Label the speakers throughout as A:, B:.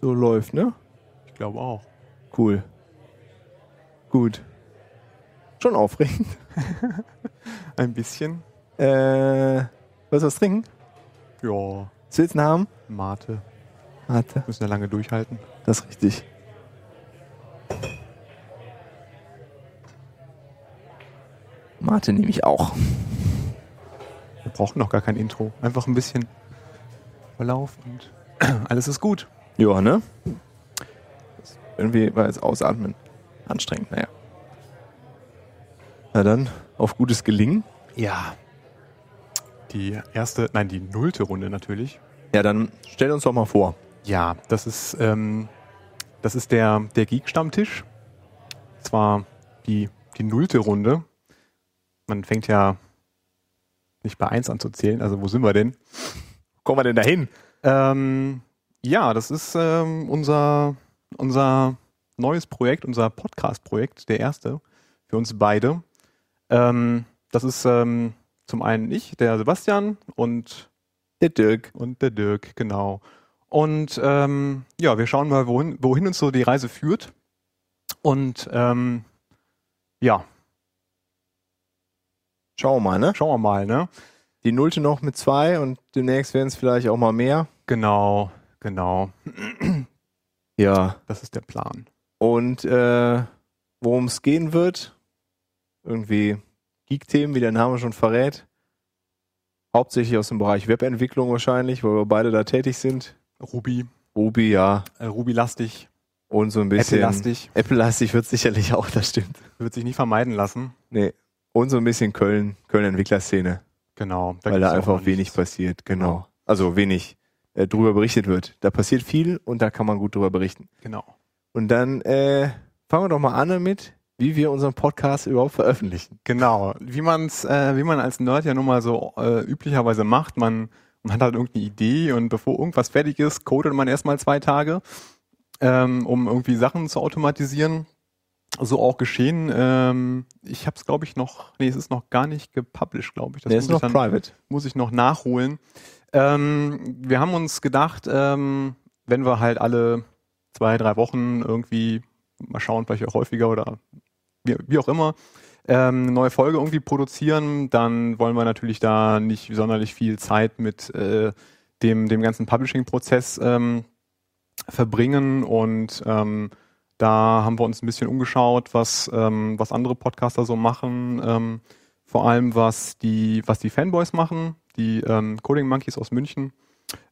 A: so läuft, ne?
B: Ich glaube auch.
A: Cool. Gut. Schon aufregend.
B: Ein bisschen.
A: Äh, willst du was trinken?
B: Ja,
A: Was willst du denn haben?
B: Mate.
A: Warte.
B: Müssen ja lange durchhalten.
A: Das ist richtig. Mate nehme ich auch.
B: Wir brauchen noch gar kein Intro. Einfach ein bisschen Verlauf und alles ist gut.
A: Ja, ne? Irgendwie war jetzt ausatmen anstrengend, naja. Na dann, auf gutes Gelingen.
B: Ja. Die erste, nein, die nullte Runde natürlich.
A: Ja, dann stell uns doch mal vor.
B: Ja, das ist, ähm, das ist der, der Geek-Stammtisch. Das war die, die nullte Runde. Man fängt ja nicht bei 1 an zu zählen. Also wo sind wir denn?
A: Kommen wir denn dahin?
B: Ähm, ja, das ist ähm, unser, unser neues Projekt, unser Podcast-Projekt, der erste für uns beide. Ähm, das ist ähm, zum einen ich, der Sebastian und
A: Der Dirk.
B: und der Dirk, genau. Und ähm, ja, wir schauen mal, wohin, wohin uns so die Reise führt. Und ähm, ja,
A: Schau mal, ne?
B: schauen wir mal, ne?
A: Die Nullte noch mit zwei und demnächst werden es vielleicht auch mal mehr.
B: Genau, genau.
A: Ja.
B: Das ist der Plan.
A: Und äh, worum es gehen wird, irgendwie Geek-Themen, wie der Name schon verrät. Hauptsächlich aus dem Bereich Webentwicklung wahrscheinlich, weil wir beide da tätig sind.
B: Ruby,
A: Ruby, ja.
B: äh, Ruby-lastig,
A: Und so ein bisschen.
B: Apple-lastig,
A: Apple-lastig wird sicherlich auch, das stimmt.
B: wird sich nicht vermeiden lassen.
A: Nee. Und so ein bisschen Köln, Köln-Entwicklerszene,
B: Genau.
A: weil da
B: gibt's auch
A: einfach
B: noch
A: wenig
B: nichts.
A: passiert, genau. Also wenig äh, drüber berichtet wird. Da passiert viel und da kann man gut drüber berichten.
B: Genau.
A: Und dann äh, fangen wir doch mal an damit, wie wir unseren Podcast überhaupt veröffentlichen.
B: Genau. Wie man's, äh, wie man als Nerd ja nun mal so äh, üblicherweise macht, man, man hat halt irgendeine Idee und bevor irgendwas fertig ist, codet man erstmal zwei Tage, ähm, um irgendwie Sachen zu automatisieren. So auch geschehen. Ähm, ich habe es, glaube ich, noch, nee, es ist noch gar nicht gepublished, glaube ich. Das
A: Der
B: muss
A: ist
B: ich
A: noch
B: dann-
A: private.
B: muss ich noch nachholen. Ähm, wir haben uns gedacht, ähm, wenn wir halt alle zwei, drei Wochen irgendwie mal schauen, vielleicht auch häufiger oder wie, wie auch immer, ähm, eine neue Folge irgendwie produzieren, dann wollen wir natürlich da nicht sonderlich viel Zeit mit äh, dem, dem ganzen Publishing-Prozess ähm, verbringen und ähm, da haben wir uns ein bisschen umgeschaut, was, ähm, was andere Podcaster so machen. Ähm, vor allem was die, was die Fanboys machen, die ähm, Coding Monkeys aus München.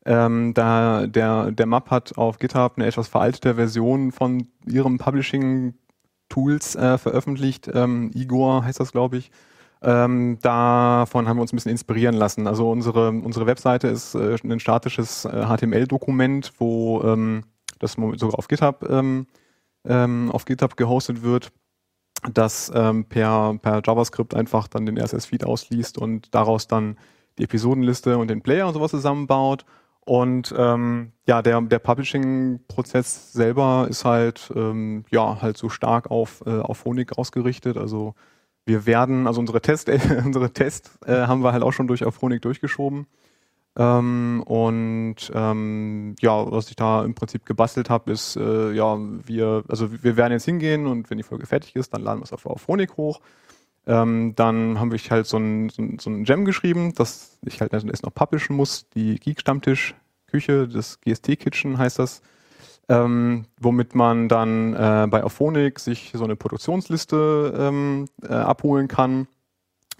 B: Ähm, da der, der Map hat auf GitHub eine etwas veraltete Version von ihrem Publishing Tools äh, veröffentlicht. Ähm, Igor heißt das, glaube ich. Ähm, davon haben wir uns ein bisschen inspirieren lassen. Also unsere, unsere Webseite ist äh, ein statisches äh, HTML-Dokument, wo ähm, das mo- sogar auf GitHub, ähm, ähm, auf GitHub gehostet wird das ähm, per, per JavaScript einfach dann den RSS-Feed ausliest und daraus dann die Episodenliste und den Player und sowas zusammenbaut. Und ähm, ja, der, der Publishing-Prozess selber ist halt, ähm, ja, halt so stark auf, äh, auf Honig ausgerichtet. Also wir werden, also unsere Test, unsere Test äh, haben wir halt auch schon durch auf Honig durchgeschoben. Ähm, und ähm, ja, was ich da im Prinzip gebastelt habe, ist, äh, ja, wir, also wir werden jetzt hingehen und wenn die Folge fertig ist, dann laden wir es auf, auf Honig hoch. Ähm, dann habe ich halt so ein, so, ein, so ein Gem geschrieben, das ich halt erst noch publishen muss, die Geek-Stammtisch-Küche, das GST-Kitchen heißt das, ähm, womit man dann äh, bei Auphonic sich so eine Produktionsliste ähm, äh, abholen kann.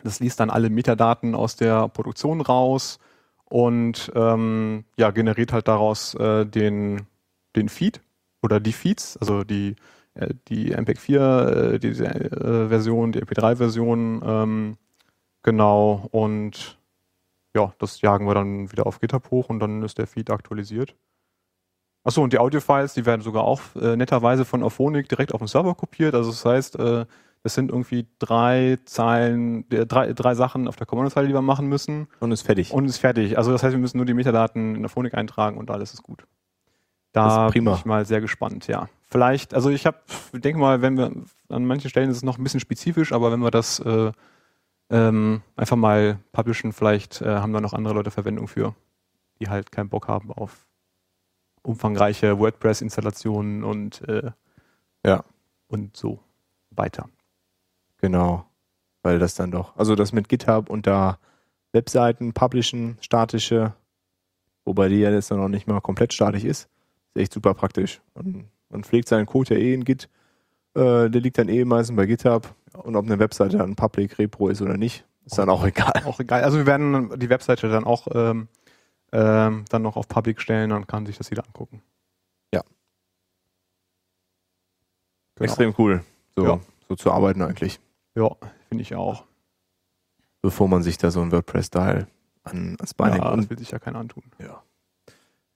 B: Das liest dann alle Metadaten aus der Produktion raus und ähm, ja, generiert halt daraus äh, den, den Feed oder die Feeds, also die, äh, die MPEG 4, äh, diese äh, Version, die MP3-Version, ähm, genau, und ja, das jagen wir dann wieder auf GitHub hoch und dann ist der Feed aktualisiert. Achso, und die Audiofiles, die werden sogar auch äh, netterweise von Auphonic direkt auf den Server kopiert. Also das heißt, äh, das sind irgendwie drei Zeilen, äh, drei, drei Sachen auf der Command-Zeile, die wir machen müssen.
A: Und ist fertig.
B: Und ist fertig. Also das heißt, wir müssen nur die Metadaten in der Phonik eintragen und alles ist gut.
A: Das
B: Da
A: ist prima.
B: bin ich mal sehr gespannt, ja. Vielleicht, also ich habe, denke mal, wenn wir, an manchen Stellen ist es noch ein bisschen spezifisch, aber wenn wir das äh, ähm, einfach mal publishen, vielleicht äh, haben da noch andere Leute Verwendung für, die halt keinen Bock haben auf umfangreiche WordPress-Installationen und, äh,
A: Ja.
B: und so weiter.
A: Genau. Weil das dann doch, also das mit GitHub und da Webseiten, Publishen, statische, wobei die ja jetzt noch nicht mal komplett statisch ist, ist echt super praktisch. Man, man pflegt seinen Code ja eh in Git, äh, der liegt dann eh meistens bei GitHub und ob eine Webseite dann Public Repro ist oder nicht, ist dann auch egal.
B: Auch egal. Also wir werden die Webseite dann auch ähm, ähm, dann noch auf Public stellen, dann kann sich das jeder angucken.
A: Ja.
B: Genau.
A: Extrem cool, so,
B: Ja.
A: so zu arbeiten eigentlich,
B: Ja, finde ich auch.
A: bevor man sich da so ein WordPress-Style an, ans Bein
B: ja,
A: hängt.
B: das
A: Und
B: will sich ja keiner antun.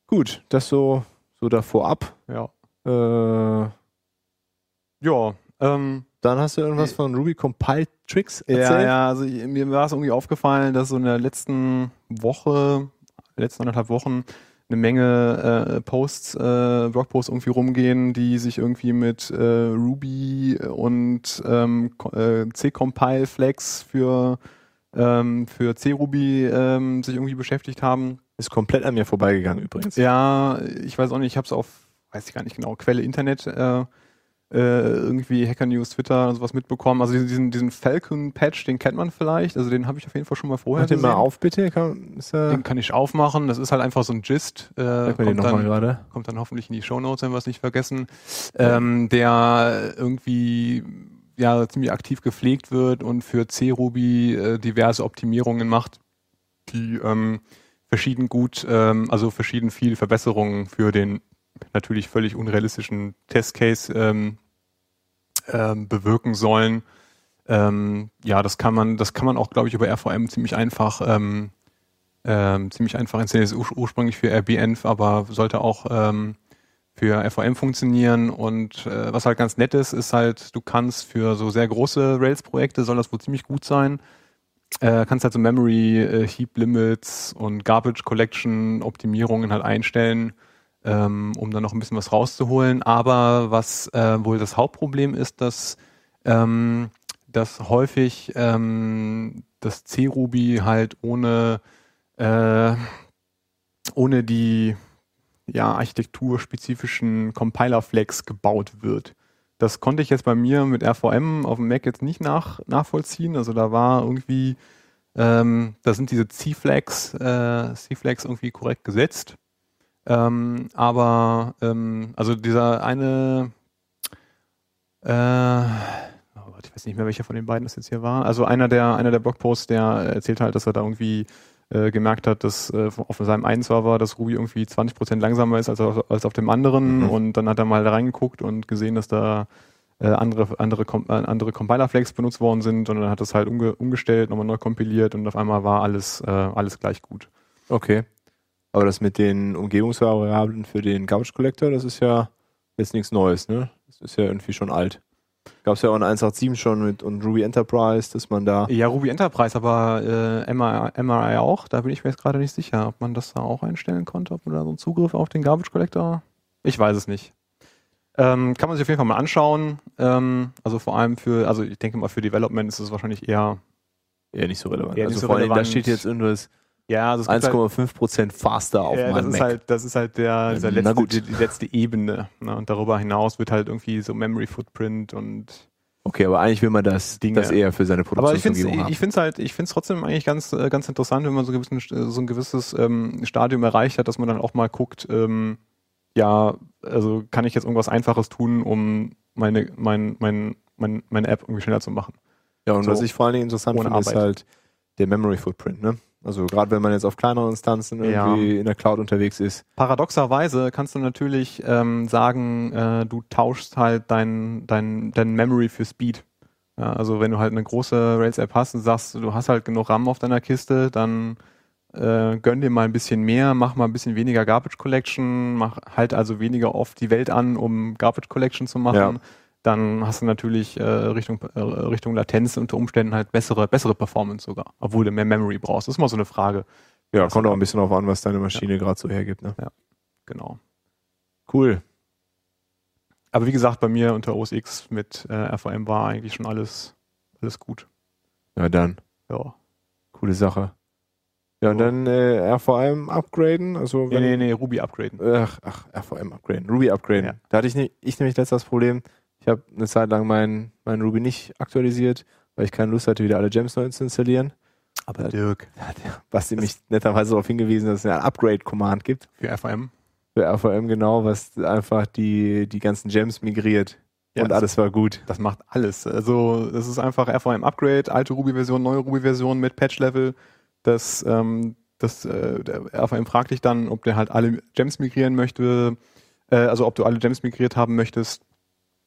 A: gut, das so, so davor ab.
B: Ja.
A: Äh,
B: Ja, ähm,
A: Dann hast du irgendwas von Ruby Compile Tricks
B: Ja,
A: erzählt.
B: ja, also ich- mir war es irgendwie aufgefallen, dass so in der letzten Woche, letzten anderthalb Wochen, eine Menge äh, Posts, äh, Blogposts irgendwie rumgehen, die sich irgendwie mit äh, Ruby und ähm, Ko- äh, C-Compile-Flex für, ähm, für C-Ruby ähm, sich irgendwie beschäftigt haben.
A: Ist komplett an mir vorbeigegangen übrigens.
B: Ja, ich weiß auch nicht, ich habe es auf, weiß ich gar nicht genau, Quelle Internet, äh, äh, irgendwie Hacker News, Twitter und sowas mitbekommen. Also diesen- diesen, diesen Falcon-Patch, den kennt man vielleicht, also den habe ich auf jeden Fall schon mal vorher
A: Mach den mal
B: gesehen.
A: auf, bitte. Kann, ist, äh,
B: Den kann ich aufmachen, das ist halt einfach so ein Gist. Äh,
A: sag mir den
B: kommt,
A: noch mal
B: dann,
A: gerade.
B: kommt dann hoffentlich in die Shownotes, wenn wir es nicht vergessen. Ähm, der irgendwie ja ziemlich aktiv gepflegt wird und für C-Ruby äh, diverse Optimierungen macht, die ähm, verschieden gut, ähm, also verschieden viel Verbesserungen für den natürlich völlig unrealistischen Testcase ähm, ähm, bewirken sollen. Ähm, ja, das kann man, das kann man auch, glaube ich, über RVM ziemlich einfach, ähm, ähm, ziemlich einfach installieren. Das Ist ur- ursprünglich für RBNF, aber sollte auch ähm, für RVM funktionieren. Und äh, was halt ganz nett ist, ist halt, du kannst für so sehr große Rails-Projekte soll das wohl ziemlich gut sein. Äh, kannst halt so Memory, äh, Heap Limits und Garbage Collection Optimierungen halt einstellen, ähm, um dann noch ein bisschen was rauszuholen. Aber was äh, wohl das Hauptproblem ist, dass, ähm, dass häufig ähm, das C-Ruby halt ohne, äh, ohne die ja, architekturspezifischen Compiler-Flex gebaut wird. Das konnte ich jetzt bei mir mit RVM auf dem Mac jetzt nicht nach, nachvollziehen. Also da war irgendwie, ähm, da sind diese C-Flags, äh, C-Flags irgendwie korrekt gesetzt. Ähm, aber ähm, also dieser eine, äh, oh Gott, ich weiß nicht mehr, welcher von den beiden das jetzt hier war. Also einer der, einer der Blogposts, der erzählt halt, dass er da irgendwie äh, gemerkt hat, dass äh, auf seinem einen Server das Ruby irgendwie 20% langsamer ist als auf, als auf dem anderen
A: Mhm.
B: und dann hat er mal da reingeguckt und gesehen, dass da äh, andere, andere, Com äh, andere Compiler-Flags benutzt worden sind und dann hat das halt umge umgestellt, nochmal neu kompiliert und auf einmal war alles, äh, alles gleich gut.
A: Okay. Aber das mit den Umgebungsvariablen für den Garbage Collector, das ist ja jetzt nichts Neues, ne? Das ist ja irgendwie schon alt. Gab es ja auch in 187 schon mit und Ruby Enterprise, dass man da.
B: Ja, Ruby Enterprise, aber äh, MRI, MRI auch, da bin ich mir jetzt gerade nicht sicher, ob man das da auch einstellen konnte, ob man da so einen Zugriff auf den Garbage Collector. Ich weiß es nicht. Ähm, kann man sich auf jeden Fall mal anschauen. Ähm, also vor allem für, also ich denke mal für Development ist es wahrscheinlich eher.
A: Ja, nicht so relevant.
B: Eher nicht
A: also
B: so
A: vor allem, da
B: relevant.
A: steht jetzt irgendwas
B: Ja, also es gibt halt-
A: 1,5% faster auf
B: Ja, das
A: meinem
B: ist
A: Mac.
B: halt, das ist halt der, dieser
A: Na
B: letzte,
A: gut.
B: Die, die letzte Ebene. Ne? Und darüber hinaus wird halt irgendwie so Memory Footprint und.
A: okay, aber eigentlich will man das,
B: Dinge.
A: das eher für seine
B: Aber ich finde
A: Produktionsumgebung
B: es ich find's halt, ich find's trotzdem eigentlich ganz, äh, ganz interessant, wenn man so, gewissen, äh, so ein gewisses ähm, Stadium erreicht hat, dass man dann auch mal guckt, ähm, ja, also kann ich jetzt irgendwas Einfaches tun, um meine, mein, mein, mein, meine App irgendwie schneller zu machen.
A: Ja, und
B: So.
A: was ich vor allen Dingen interessant
B: Ohne
A: finde, ist
B: Arbeit.
A: halt der Memory Footprint, ne? Also gerade wenn man jetzt auf kleineren Instanzen
B: Ja.
A: irgendwie in der Cloud unterwegs ist.
B: Paradoxerweise kannst du natürlich ähm, sagen, äh, du tauschst halt dein, dein, dein Memory für Speed. Ja, also wenn du halt eine große Rails-App hast und sagst, du hast halt genug RAM auf deiner Kiste, dann äh, gönn dir mal ein bisschen mehr, mach mal ein bisschen weniger Garbage Collection, mach halt also weniger oft die Welt an, um Garbage Collection zu machen.
A: Ja.
B: Dann hast du natürlich äh, Richtung, äh, Richtung Latenz unter Umständen halt bessere, bessere Performance sogar, obwohl du mehr Memory brauchst. Das ist mal so eine Frage.
A: Ja,
B: Das
A: kommt auch ein bisschen drauf an, was deine Maschine gerade so hergibt, ne?
B: Genau.
A: Cool.
B: Aber wie gesagt, bei mir unter OS X mit äh, RVM war eigentlich schon alles, alles gut.
A: Na dann,
B: Ja.
A: coole Sache. Ja, und dann äh, RVM upgraden. Also
B: Nee,
A: wenn,
B: nee, nee, Ruby upgraden.
A: Ach, ach, RVM upgraden, Ruby upgraden.
B: Ja.
A: Da hatte ich, ne- ich nämlich letztes das Problem, ich habe eine Zeit lang meinen mein Ruby nicht aktualisiert, weil ich keine Lust hatte, wieder alle Gems neu zu installieren.
B: Aber Dirk.
A: Da hat der Basti mich netterweise darauf hingewiesen, dass es ein Upgrade-Command gibt
B: Für FAM.
A: für RVM genau, was einfach die, die ganzen Gems migriert.
B: Ja,
A: und
B: das-
A: alles war gut.
B: Das macht alles. Also es ist einfach RVM Upgrade, alte Ruby-Version, neue Ruby-Version mit Patch-Level. Das, ähm, das äh, der RVM fragt dich dann, ob der halt alle Gems migrieren möchte, äh, also ob du alle Gems migriert haben möchtest.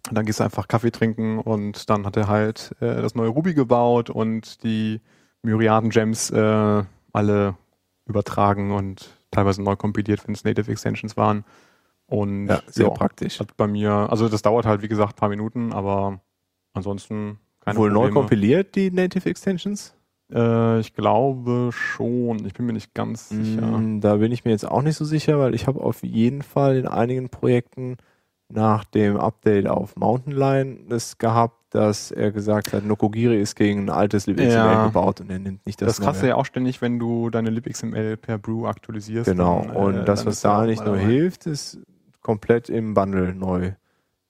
B: Und dann gehst du einfach Kaffee trinken und dann hat er halt äh, das neue Ruby gebaut und die Myriaden-Gems äh, alle übertragen und teilweise neu kompiliert, wenn es Native Extensions waren. Und ja.
A: praktisch.
B: Hat bei mir, also das dauert halt, wie gesagt, ein paar Minuten, aber ansonsten keine
A: Wohl neu
B: Probleme.
A: kompiliert, die Native Extensions?
B: Äh, ich glaube schon. Ich bin mir nicht ganz sicher.
A: Mm, Da bin ich mir jetzt auch nicht so sicher, weil ich habe auf jeden Fall in einigen Projekten nach dem Update auf Mountain Lion das gehabt, dass er gesagt hat, Nokogiri ist gegen ein altes libxml
B: Ja.
A: gebaut und er nimmt nicht das,
B: Das, kannst du
A: neue.
B: ja auch ständig, wenn du deine libxml per Brew aktualisierst.
A: Genau.
B: dann, äh,
A: Und das,
B: dann
A: was
B: ist ja
A: da
B: auch
A: eigentlich
B: mal
A: nur
B: dabei.
A: hilft, ist komplett im Bundle neu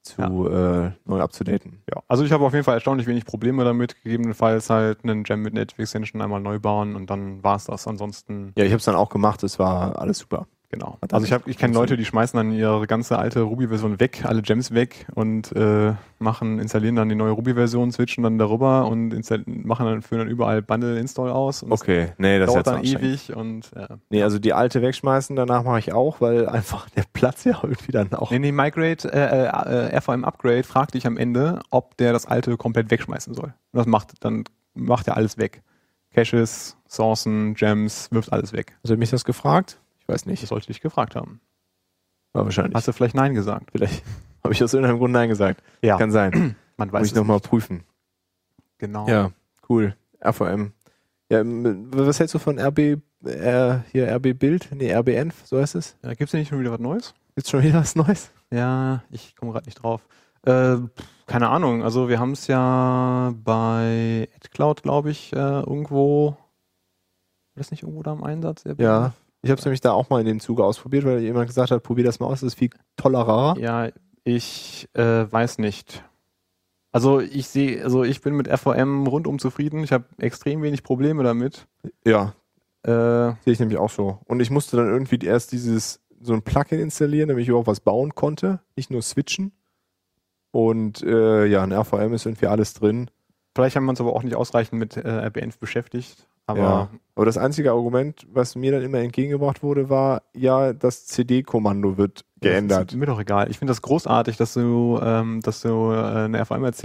A: zu äh, neu abzudaten.
B: Ja, also ich habe auf jeden Fall erstaunlich wenig Probleme damit. Gegebenenfalls halt einen Gem mit Native Extension einmal neu bauen und dann war's das. Ansonsten
A: Ja, ich habe es dann auch gemacht, es war alles super.
B: Genau.
A: Hat
B: Also ich, hab- ich kenne Leute,
A: funktioniert.
B: die schmeißen dann ihre ganze alte Ruby-Version weg, alle Gems weg und äh, machen, installieren dann die neue Ruby-Version, switchen dann darüber und install- machen dann, führen dann überall Bundle-Install aus und
A: Okay, nee,
B: das
A: ist
B: dauert
A: jetzt
B: dann
A: anstrengend.
B: ewig und äh, ja.
A: Nee, also die alte wegschmeißen, danach mache ich auch, weil einfach der Platz ja irgendwie dann auch.
B: Nee, nee, Migrate, äh, äh, äh, RVM Upgrade fragt dich am Ende, ob der das alte komplett wegschmeißen soll. Und das macht, dann macht er alles weg. Caches, Sourcen, Gems, wirft alles weg.
A: Also Hat er mich das gefragt? Ich weiß
B: Ich
A: nicht.
B: sollte dich gefragt haben.
A: War wahrscheinlich.
B: Hast du vielleicht Nein gesagt?
A: Vielleicht habe ich aus irgendeinem Grund Nein gesagt.
B: Ja.
A: Kann sein.
B: Man
A: Muss
B: weiß
A: ich
B: es
A: nochmal prüfen.
B: genau.
A: Ja, cool. RVM. Ja, m- was hältst du von RB, äh, hier RB Bild? Nee, RBN, so heißt es.
B: Äh, Gibt es nicht schon wieder was Neues?
A: Jetzt schon wieder was Neues?
B: Ja, ich komme gerade nicht drauf. Äh, pf, keine Ahnung. Also wir haben es ja bei AdCloud, glaube ich, äh, irgendwo. War das nicht irgendwo da im Einsatz? der
A: Ja. Ich habe es nämlich da auch mal in dem Zuge ausprobiert, weil jemand gesagt hat, probier das mal aus, das ist viel tollerer.
B: Begriff? Ja, ich äh, weiß nicht. Also ich sehe, also ich bin mit RVM rundum zufrieden. Ich habe extrem wenig Probleme damit.
A: Ja,
B: Äh,
A: Sehe ich nämlich auch so. Und ich musste dann irgendwie erst dieses, so ein Plugin installieren, damit ich überhaupt was bauen konnte, nicht nur switchen. Und äh, ja, in RVM ist irgendwie alles drin.
B: vielleicht haben wir uns aber auch nicht ausreichend mit äh, RBNF beschäftigt. Aber
A: Ja. Aber das einzige Argument, was mir dann immer entgegengebracht wurde, war, ja, das CD-Kommando wird
B: Das
A: geändert.
B: ist mir doch egal. Ich finde das großartig, dass du, ähm, dass du äh, eine FAMRC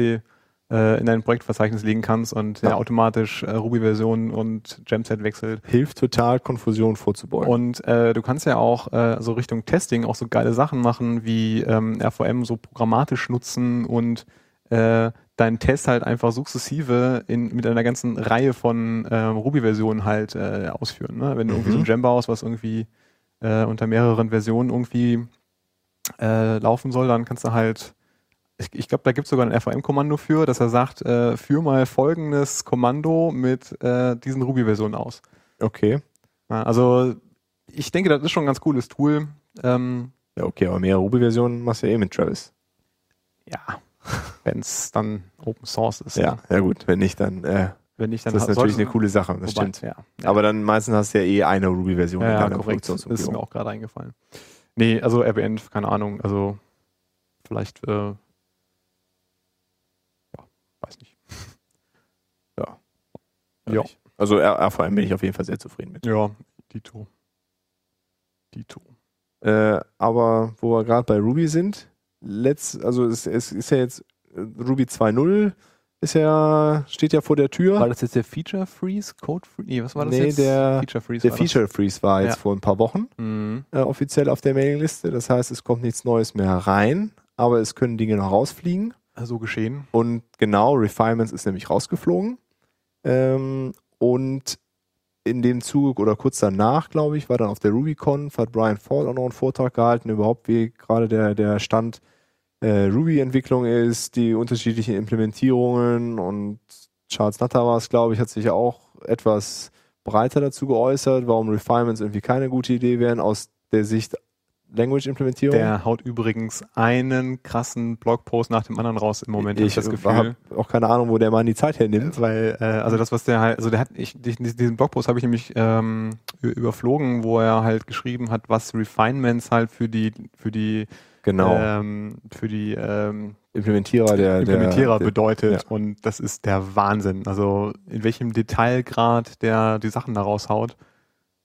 B: äh, in dein Projektverzeichnis legen kannst und
A: Ja.
B: äh, automatisch äh, Ruby-Version und Gemset wechselt.
A: Hilft total, Konfusion vorzubeugen.
B: Und äh, du kannst ja auch äh, so Richtung Testing auch so geile Sachen machen, wie ähm, RVM so programmatisch nutzen und äh, deinen Test halt einfach sukzessive in, mit einer ganzen Reihe von ähm, Ruby-Versionen halt äh, ausführen. Ne? Wenn du irgendwie
A: Mhm.
B: so ein Gem baust, was irgendwie äh, unter mehreren Versionen irgendwie äh, laufen soll, dann kannst du halt ich, ich glaube, da gibt es sogar ein RVM-Kommando für, dass er sagt, äh, führ mal folgendes Kommando mit äh, diesen Ruby-Versionen aus.
A: okay.
B: Ja, also ich denke, das ist schon ein ganz cooles Tool. Ähm,
A: Ja, okay, aber mehr Ruby-Versionen machst du ja eh mit Travis.
B: ja, wenn es dann Open Source ist.
A: Ja,
B: ne?
A: ja gut. Wenn nicht, dann, äh,
B: Wenn nicht, dann
A: das ist
B: hat-
A: natürlich
B: sollte-
A: eine coole Sache. Das
B: wobei,
A: stimmt.
B: Ja,
A: Aber dann meistens hast du ja eh eine Ruby-Version
B: ja, ja
A: deiner
B: korrekt. Das ist genau.
A: Produktionsumgebung.
B: mir auch gerade eingefallen. Nee, also RBN, keine Ahnung. Also vielleicht, äh, ja, weiß nicht. Ja.
A: Also R- RVM bin ich auf jeden Fall sehr zufrieden mit.
B: Ja, Dito. Dito.
A: Äh, aber wo wir gerade bei Ruby sind, letzt, also es, es ist ja jetzt äh, Ruby 2.0 ist ja, steht ja vor der Tür.
B: War das jetzt der Feature Freeze? Code Freeze? Nee, was war das
A: Nee,
B: jetzt?
A: der-
B: Feature Freeze.
A: der
B: war das.
A: Feature Freeze war jetzt
B: Ja.
A: vor ein paar Wochen
B: Mhm.
A: äh, offiziell auf der Mailingliste. Das heißt, es kommt nichts Neues mehr rein, aber es können Dinge noch rausfliegen.
B: So Also geschehen.
A: Und genau, Refinements ist nämlich rausgeflogen. Ähm, und in dem Zug oder kurz danach, glaube ich, war dann auf der RubyCon, hat Brian Ford auch noch einen Vortrag gehalten, überhaupt wie gerade der, der Stand äh, Ruby-Entwicklung ist, die unterschiedlichen Implementierungen und Charles Nutter war es, glaube ich, hat sich ja auch etwas breiter dazu geäußert, warum Refinements irgendwie keine gute Idee wären aus der Sicht Language-Implementierung.
B: Der haut übrigens einen krassen Blogpost nach dem anderen raus im Moment, hab
A: ich habe auch keine Ahnung, wo der Mann die Zeit hernimmt.
B: Weil, äh, also das, was der halt, also der hat, ich, dich- diesen Blogpost habe ich nämlich ähm, ü- überflogen, wo er halt geschrieben hat, was Refinements halt für die, für die,
A: Genau.
B: ähm, für die ähm,
A: Implementierer der, der
B: Implementierer
A: der,
B: bedeutet. Und das ist der Wahnsinn. Also in welchem Detailgrad der die Sachen da raushaut.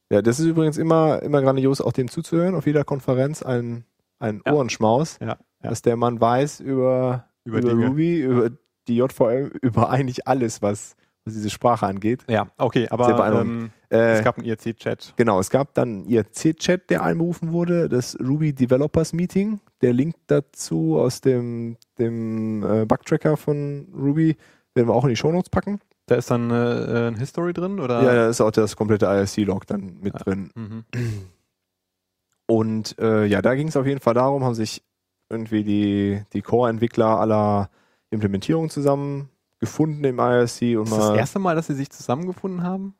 A: Ja, das ist übrigens immer, immer grandios, auch dem zuzuhören, auf jeder Konferenz ein, ein
B: Ja.
A: Ohrenschmaus,
B: Ja, ja.
A: dass der Mann weiß über,
B: Über
A: über,
B: Dinge.
A: Ruby, über die JVM, über eigentlich alles, was, was diese Sprache angeht.
B: Ja, okay,
A: Sehr
B: aber
A: beeindruckend.
B: ähm,
A: Äh,
B: es gab einen IRC-Chat.
A: Genau, es gab dann einen IRC-Chat, der einberufen wurde, das Ruby Developers Meeting. Der Link dazu aus dem, dem äh, Bugtracker von Ruby werden wir auch in die Shownotes packen.
B: Da ist dann äh, ein History drin, oder?
A: Ja, da ist auch das komplette IRC-Log dann mit
B: Ja.
A: drin.
B: Mhm.
A: Und äh, ja, da ging es auf jeden Fall darum, haben sich irgendwie die, die Core-Entwickler aller Implementierungen zusammengefunden im IRC und
B: Ist das
A: mal.
B: das erste Mal, dass sie sich zusammengefunden haben?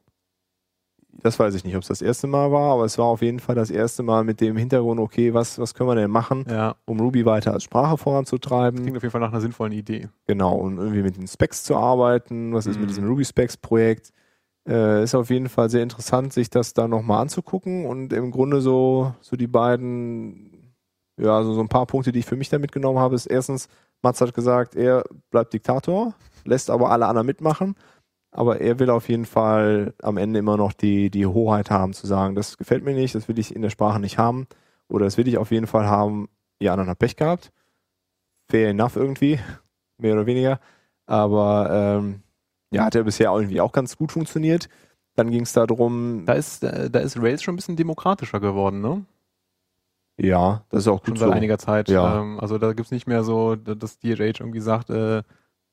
A: das weiß ich nicht, ob es das erste Mal war, aber es war auf jeden Fall das erste Mal mit dem Hintergrund, okay, was, was können wir denn machen,
B: Ja.
A: um Ruby weiter als Sprache voranzutreiben?
B: Klingt auf jeden Fall nach einer sinnvollen Idee.
A: Genau, und irgendwie mit den Specs zu arbeiten, was ist
B: Mhm.
A: mit diesem Ruby-Specs-Projekt. Äh, ist auf jeden Fall sehr interessant, sich das da nochmal anzugucken und im Grunde so, so die beiden, ja, so, so ein paar Punkte, die ich für mich da mitgenommen habe, ist erstens, Mats hat gesagt, er bleibt Diktator, lässt aber alle anderen mitmachen, aber er will auf jeden Fall am Ende immer noch die, die Hoheit haben, zu sagen, das gefällt mir nicht, das will ich in der Sprache nicht haben oder das will ich auf jeden Fall haben, ihr anderen habt Pech gehabt. Fair enough irgendwie mehr oder weniger. Aber ähm, ja, hat ja bisher auch irgendwie auch ganz gut funktioniert. Dann ging es darum,
B: Da ist, äh, da ist Rails schon ein bisschen demokratischer geworden, ne?
A: ja, das ist auch
B: Schon
A: gut
B: seit
A: so.
B: einiger Zeit.
A: Ja.
B: Ähm, also da gibt es nicht mehr so, d- dass DHH irgendwie sagt, äh,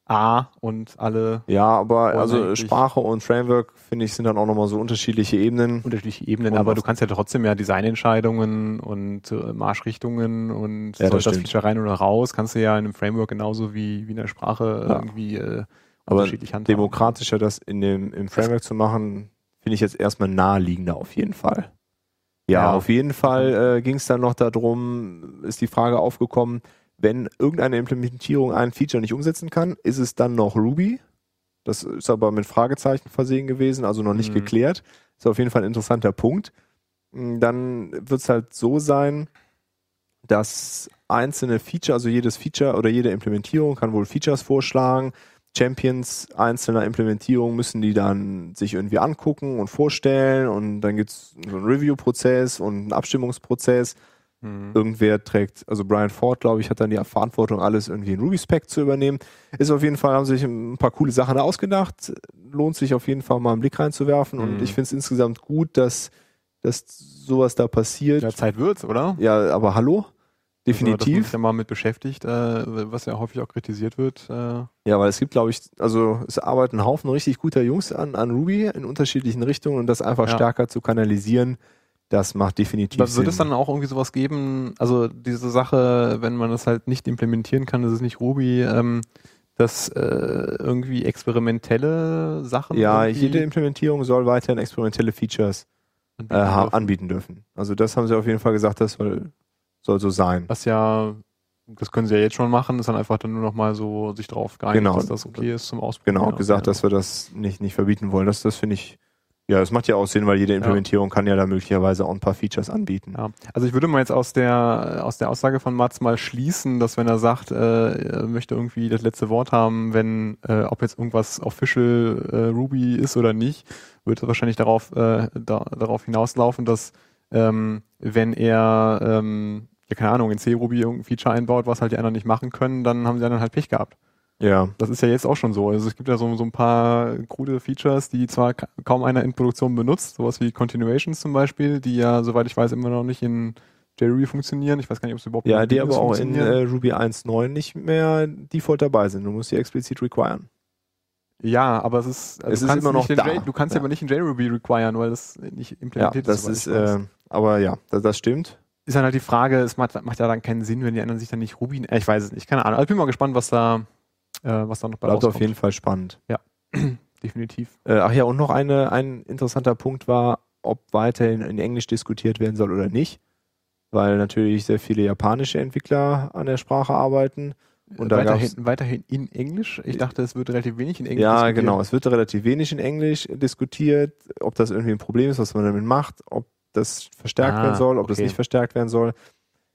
B: A und alle
A: Ja, aber
B: Wollen
A: also
B: eigentlich-
A: Sprache und Framework, finde ich, sind dann auch nochmal so unterschiedliche Ebenen.
B: unterschiedliche Ebenen,
A: Und
B: aber
A: was-
B: du kannst ja trotzdem ja Designentscheidungen und äh, Marschrichtungen und
A: Ja, das
B: soll das
A: stimmt.
B: Feature rein oder raus, kannst du ja in einem Framework genauso wie, wie in der Sprache
A: Ja.
B: irgendwie äh,
A: Aber
B: handhaben.
A: Demokratischer das in dem, im Framework zu machen, finde ich jetzt erstmal naheliegender auf jeden Fall. Ja,
B: Ja.
A: auf jeden Fall äh, ging es dann noch darum, ist die Frage aufgekommen, wenn irgendeine Implementierung ein Feature nicht umsetzen kann, ist es dann noch Ruby? Das ist aber mit Fragezeichen versehen gewesen, also noch nicht
B: Mhm.
A: geklärt. Ist auf jeden Fall ein interessanter Punkt. Mm, Dann wird es halt so sein, dass einzelne Feature, also jedes Feature oder jede Implementierung kann wohl Features vorschlagen. Champions einzelner Implementierungen müssen die dann sich irgendwie angucken und vorstellen und dann gibt es so einen Review-Prozess und einen Abstimmungsprozess.
B: Mhm.
A: Irgendwer trägt, also Brian Ford, glaube ich, hat dann die Verantwortung, alles irgendwie in Ruby-Spec zu übernehmen. Ist auf jeden Fall, haben sich ein paar coole Sachen da ausgedacht. Lohnt sich auf jeden Fall mal einen Blick reinzuwerfen
B: Mhm.
A: und ich finde es insgesamt gut, dass, dass sowas da passiert.
B: Ja, Zeit wird's, oder?
A: Ja, aber hallo?
B: Also, dass man
A: Definitiv.
B: sich ja mal mit beschäftigt, äh, was ja häufig auch kritisiert wird. Äh,
A: Ja, weil es gibt, glaube ich, also es arbeiten ein Haufen richtig guter Jungs an, an Ruby in unterschiedlichen Richtungen und das einfach
B: Ja.
A: stärker zu kanalisieren, das macht definitiv
B: aber wird es
A: Sinn.
B: dann auch irgendwie sowas geben, also diese Sache, wenn man das halt nicht implementieren kann, das ist nicht Ruby, ähm, dass äh, irgendwie experimentelle Sachen
A: ja,
B: irgendwie
A: jede Implementierung soll weiterhin experimentelle Features äh, ha- anbieten dürfen. Also das haben sie auf jeden Fall gesagt, das soll, soll so sein.
B: was ja, das können sie ja jetzt schon machen, ist dann einfach dann nur noch mal so sich drauf geeinigt,
A: Genau.
B: dass das okay ist zum Ausprobieren.
A: Genau,
B: ja,
A: gesagt,
B: ja.
A: dass wir das nicht, nicht verbieten wollen. Das, das finde ich, ja, das macht ja auch Sinn, weil jede Implementierung kann ja da möglicherweise auch ein paar Features anbieten.
B: Ja. Also ich würde mal jetzt aus der aus der Aussage von Mats mal schließen, dass wenn er sagt, äh, er möchte irgendwie das letzte Wort haben, wenn äh, ob jetzt irgendwas official äh, Ruby ist oder nicht, wird es wahrscheinlich darauf äh, da, darauf hinauslaufen, dass ähm, wenn er ähm, ja, keine Ahnung, in C-Ruby irgendein Feature einbaut, was halt die anderen nicht machen können, dann haben sie anderen halt Pech gehabt.
A: ja.
B: Das ist ja jetzt auch schon so. Also es gibt ja so, so ein paar krude Features, die zwar ka- kaum einer in Produktion benutzt, sowas wie Continuations zum Beispiel, die ja, soweit ich weiß, immer noch nicht in JRuby funktionieren. Ich weiß gar nicht, ob sie überhaupt
A: Ja,
B: in
A: die
B: Windows
A: aber auch in
B: funktionieren.
A: äh, Ruby 1.9 nicht mehr default dabei sind. Du musst sie explizit requiren.
B: ja, aber es ist,
A: äh,
B: also
A: es
B: du
A: ist
B: kannst
A: immer noch
B: nicht in
A: da.
B: J, du kannst
A: Ja.
B: aber nicht in JRuby requiren, weil das nicht
A: Ja,
B: implementiert
A: das
B: soweit ich
A: ist,
B: weiß.
A: äh, aber ja, das, das stimmt.
B: ist dann halt die Frage, es macht, macht ja dann keinen Sinn, wenn die anderen sich dann nicht Ruby, äh, ich weiß es nicht, keine Ahnung. Also ich bin mal gespannt, was da, äh, was da noch bei
A: Bleibt auf
B: rauskommt.
A: jeden Fall spannend.
B: definitiv.
A: Äh, ach ja, und noch eine, ein interessanter Punkt war, ob weiterhin in Englisch diskutiert werden soll oder nicht, weil natürlich sehr viele japanische Entwickler an der Sprache arbeiten. Und da gab's-
B: weiterhin, weiterhin in Englisch. Ich dachte, es wird relativ wenig in Englisch.
A: ja,
B: diskutiert.
A: genau. Es wird relativ wenig in Englisch diskutiert, ob das irgendwie ein Problem ist, was man damit macht, ob das verstärkt
B: Ah,
A: werden soll, ob das
B: okay.
A: nicht verstärkt werden soll.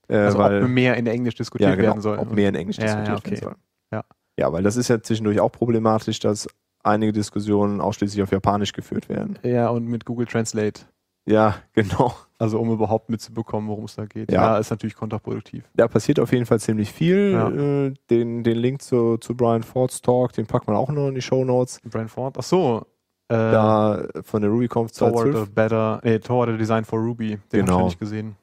A: Äh,
B: Also
A: weil,
B: ob mehr in Englisch diskutiert
A: ja, genau,
B: werden soll.
A: ob mehr in Englisch
B: Ja,
A: diskutiert
B: ja, okay.
A: werden soll.
B: Ja.
A: ja, weil das ist ja zwischendurch auch problematisch, dass einige Diskussionen ausschließlich auf Japanisch geführt werden.
B: ja, und mit Google Translate.
A: Ja, genau.
B: Also um überhaupt mitzubekommen, worum es da geht.
A: Ja.
B: ist natürlich kontraproduktiv.
A: Da passiert auf jeden Fall ziemlich viel.
B: Ja.
A: Äh, Den, den Link zu, zu Brian Fords Talk, den packt man auch noch in die Show Notes.
B: Brian Ford. Ach so. Äh,
A: Da von der RubyConf
B: Toward a
A: 2012.
B: Better, nee, Toward a Design for Ruby. Den
A: Genau.
B: hab ich nicht gesehen.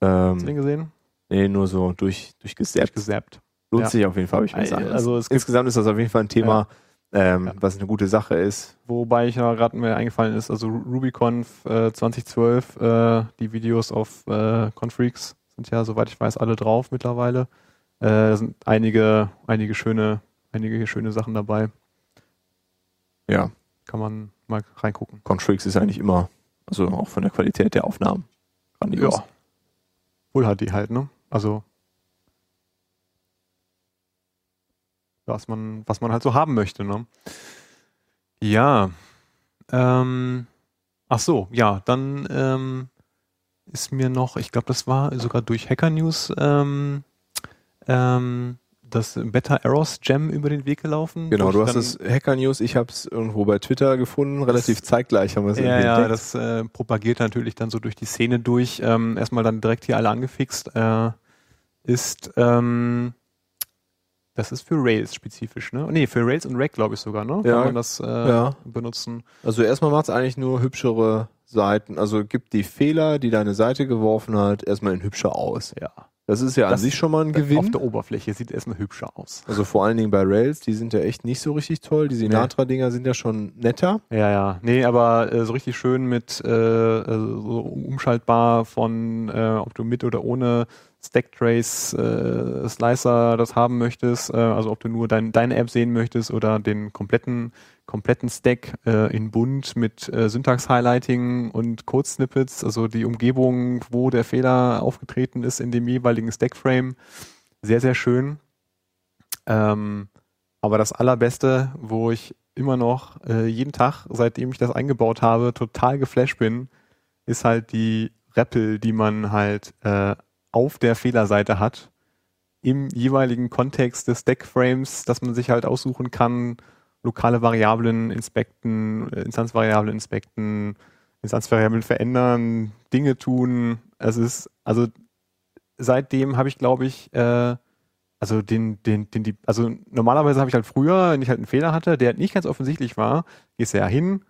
B: Hast du den
A: Ähm,
B: gesehen?
A: nee, nur so durch,
B: Hab ich
A: durchgesäppt.
B: gesappt.
A: Lohnt
B: Ja.
A: sich auf jeden Fall, hab ich mir sagen. lassen.
B: Also es gibt,
A: Insgesamt ist das auf jeden Fall ein Thema, Ähm,
B: Ja.
A: was eine gute Sache ist.
B: wobei ich ja gerade mir eingefallen ist, also RubyConf äh, 2012, äh, die Videos auf äh, Confreaks sind ja, soweit ich weiß, alle drauf mittlerweile. Äh, da sind einige, einige schöne, einige schöne Sachen dabei.
A: Ja,
B: Kann man mal reingucken.
A: Contrix ist eigentlich immer, also auch von der Qualität der Aufnahmen. grandios.
B: Ja. Full HD halt, ne? Also was man, was man halt so haben möchte, ne? Ja. Ähm, ach so, ja, dann ähm, ist mir noch, ich glaube, das war sogar durch Hacker News ähm, ähm, das Beta Errors Gem über den Weg gelaufen.
A: Genau,
B: wo
A: du hast
B: ich dann-
A: es Hacker News, ich habe es irgendwo bei Twitter gefunden, relativ zeitgleich haben wir es
B: Ja,
A: irgendwie
B: ja,
A: entdeckt.
B: das äh, propagiert natürlich dann so durch die Szene durch. Ähm, erstmal dann direkt hier alle angefixt. Äh, ist, ähm, das ist für Rails spezifisch, ne? Nee, für Rails und Rack, glaube ich sogar, ne?
A: Ja.
B: Kann man das äh,
A: Ja.
B: benutzen.
A: Also erstmal macht es eigentlich nur hübschere Seiten. Also gibt die Fehler, die deine Seite geworfen hat, erstmal in hübscher aus.
B: Ja.
A: Das ist ja an
B: Das-
A: sich schon mal ein
B: Auf
A: Gewinn.
B: der Oberfläche sieht erstmal hübscher aus.
A: Also vor allen Dingen bei Rails, die sind ja echt nicht so richtig toll. Die Sinatra-Dinger sind ja schon netter.
B: Ja, ja. Nee, aber äh, so richtig schön mit äh, äh, so umschaltbar von, äh, ob du mit oder ohne Stacktrace äh, Slicer das haben möchtest, äh, also ob du nur dein, deine App sehen möchtest oder den kompletten, kompletten Stack äh, in bunt mit äh, Syntax-Highlighting und Code-Snippets, also die Umgebung, wo der Fehler aufgetreten ist in dem jeweiligen Stack-Frame. Sehr, sehr schön. Ähm, aber das Allerbeste, wo ich immer noch äh, jeden Tag, seitdem ich das eingebaut habe, total geflasht bin, ist halt die Rappel, die man halt äh, auf der Fehlerseite hat, im jeweiligen Kontext des Stackframes, dass man sich halt aussuchen kann, lokale Variablen inspekten, äh, Instanzvariablen inspekten, Instanzvariablen verändern, Dinge tun. Es ist, also seitdem habe ich, glaube ich, äh, also den, den, den, die, also normalerweise habe ich halt früher, wenn ich halt einen Fehler hatte, der nicht ganz offensichtlich war, gehst du ja hin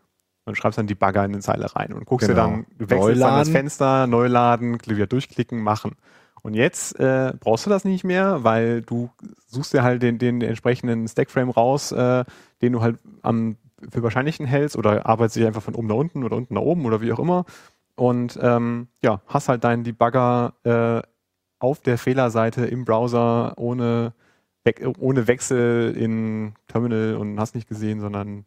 B: und schreibst dann die Bagger in eine Zeile rein und guckst
A: Genau.
B: dir dann, du wechselst dann das
A: Neuladen.
B: Fenster, neu laden, wieder durchklicken, machen. Und jetzt äh, brauchst du das nicht mehr, weil du suchst dir halt den, den entsprechenden Stackframe raus, äh, den du halt am für wahrscheinlichen hältst oder arbeitest dich einfach von oben nach unten oder unten nach oben oder wie auch immer. Und ähm, ja, hast halt deinen Debugger äh, auf der Fehlerseite im Browser ohne, Wech- äh, ohne Wechsel in Terminal und hast nicht gesehen, sondern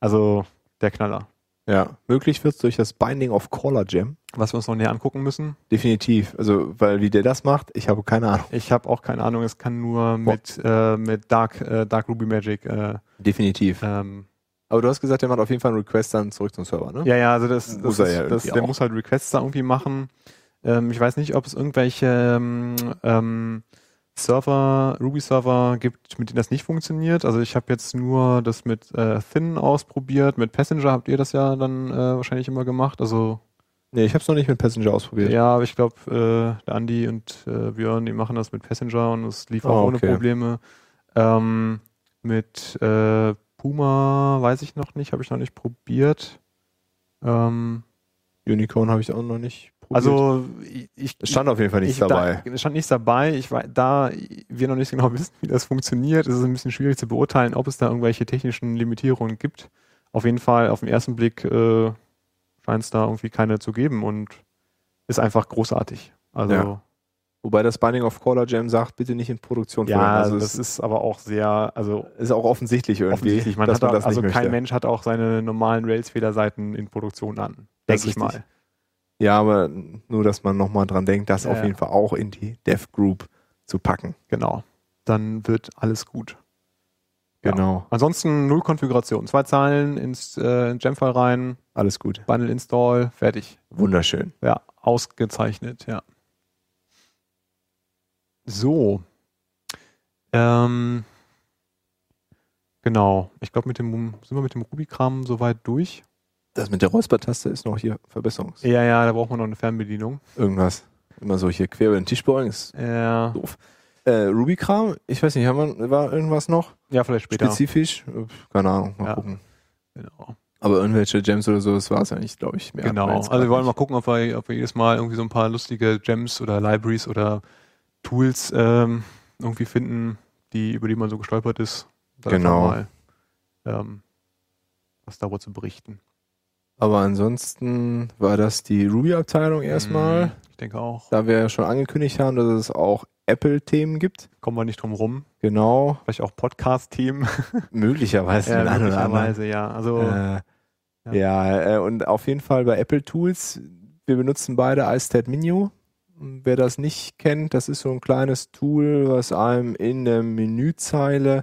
B: also der Knaller.
A: Ja. Möglich wird es durch das Binding of Caller Gem.
B: Was wir uns noch näher angucken müssen.
A: Definitiv. Also, weil wie der das macht, ich habe keine Ahnung.
B: Ich habe auch keine Ahnung, es kann nur mit, äh, mit Dark, äh, Dark Ruby Magic äh,
A: Definitiv.
B: ähm,
A: Aber du hast gesagt, der macht auf jeden Fall einen Request dann zurück zum Server, ne?
B: Ja, ja, also das, das,
A: Muss er
B: ist,
A: ja
B: das
A: irgendwie
B: der
A: auch.
B: muss halt Requests da irgendwie machen. Ähm, ich weiß nicht, ob es irgendwelche ähm, ähm, Server, Ruby-Server gibt, mit denen das nicht funktioniert. Also ich habe jetzt nur das mit äh, Thin ausprobiert, mit Passenger habt ihr das ja dann äh, wahrscheinlich immer gemacht. Also
A: Nee, ich habe es noch nicht mit Passenger ausprobiert.
B: ja, aber ich glaube, äh, der Andi und äh, Björn, die machen das mit Passenger und es lief auch
A: Ah,
B: ohne
A: okay.
B: Probleme. Ähm, mit äh, Puma weiß ich noch nicht, habe ich noch nicht probiert. Ähm,
A: Unicorn habe ich auch noch nicht probiert.
B: Also ich, ich
A: Es stand auf jeden Fall nichts
B: ich,
A: dabei.
B: Da, es stand nichts dabei. Ich war, da wir noch nicht genau wissen, wie das funktioniert, ist es ein bisschen schwierig zu beurteilen, ob es da irgendwelche technischen Limitierungen gibt. Auf jeden Fall, auf den ersten Blick äh, scheint es da irgendwie keine zu geben und ist einfach großartig. Also
A: Ja. Wobei das Binding of Caller Jam sagt, bitte nicht in Produktion verwenden. Also
B: das
A: es
B: ist aber auch sehr, also
A: ist auch offensichtlich irgendwie,
B: offensichtlich, man
A: dass
B: hat
A: man
B: auch,
A: das
B: also
A: nicht
B: kein
A: möchte.
B: Mensch hat auch seine normalen Rails-Federseiten in Produktion an,
A: Das
B: denke ich
A: ist
B: mal.
A: richtig. Ja, aber nur, dass man nochmal dran denkt, das
B: Ja,
A: auf
B: ja.
A: jeden Fall auch in die Dev Group zu packen.
B: Genau. Dann wird alles gut. Ja.
A: Genau.
B: Ansonsten null Konfiguration. Zwei Zeilen ins äh, Jamfile rein,
A: Alles gut.
B: Bundle install, fertig.
A: Wunderschön.
B: Ja, ausgezeichnet, ja. So. Ähm, genau. Ich glaube, mit dem sind wir mit dem Ruby-Kram soweit durch.
A: Das mit der Räuspertaste ist noch hier Verbesserungs.
B: Ja, ja, da braucht man noch eine Fernbedienung.
A: Irgendwas. Immer so hier quer über den Tisch beugen. Ist
B: Ja,
A: doof. Äh, Ruby-Kram, ich weiß nicht, haben wir, war irgendwas noch?
B: ja vielleicht später.
A: Spezifisch? Äh, Keine Ahnung, mal
B: Ja.
A: gucken.
B: Genau.
A: Aber irgendwelche Gems oder so, das war es eigentlich, glaube ich. Mehr
B: genau.
A: hatten jetzt
B: Also wir
A: gar
B: wollen mal
A: nicht.
B: gucken, ob wir, ob wir jedes Mal irgendwie so ein paar lustige Gems oder Libraries oder Tools ähm, irgendwie finden, die, über die man so gestolpert ist. Dann einfach
A: Genau.
B: Mal, ähm, was darüber zu berichten.
A: Aber ansonsten war das die Ruby-Abteilung erstmal.
B: Mhm, Ich denke auch.
A: Da wir ja schon angekündigt haben, dass es auch Apple-Themen gibt.
B: Kommen wir nicht drum rum.
A: Genau.
B: Vielleicht auch Podcast-Themen.
A: Möglicherweise. den einen oder anderen.
B: möglicherweise, ja. Also,
A: Äh, ja, äh, und auf jeden Fall bei Apple Tools. Wir benutzen beide iStat Menu. Wer das nicht kennt, das ist so ein kleines Tool, was einem in der Menüzeile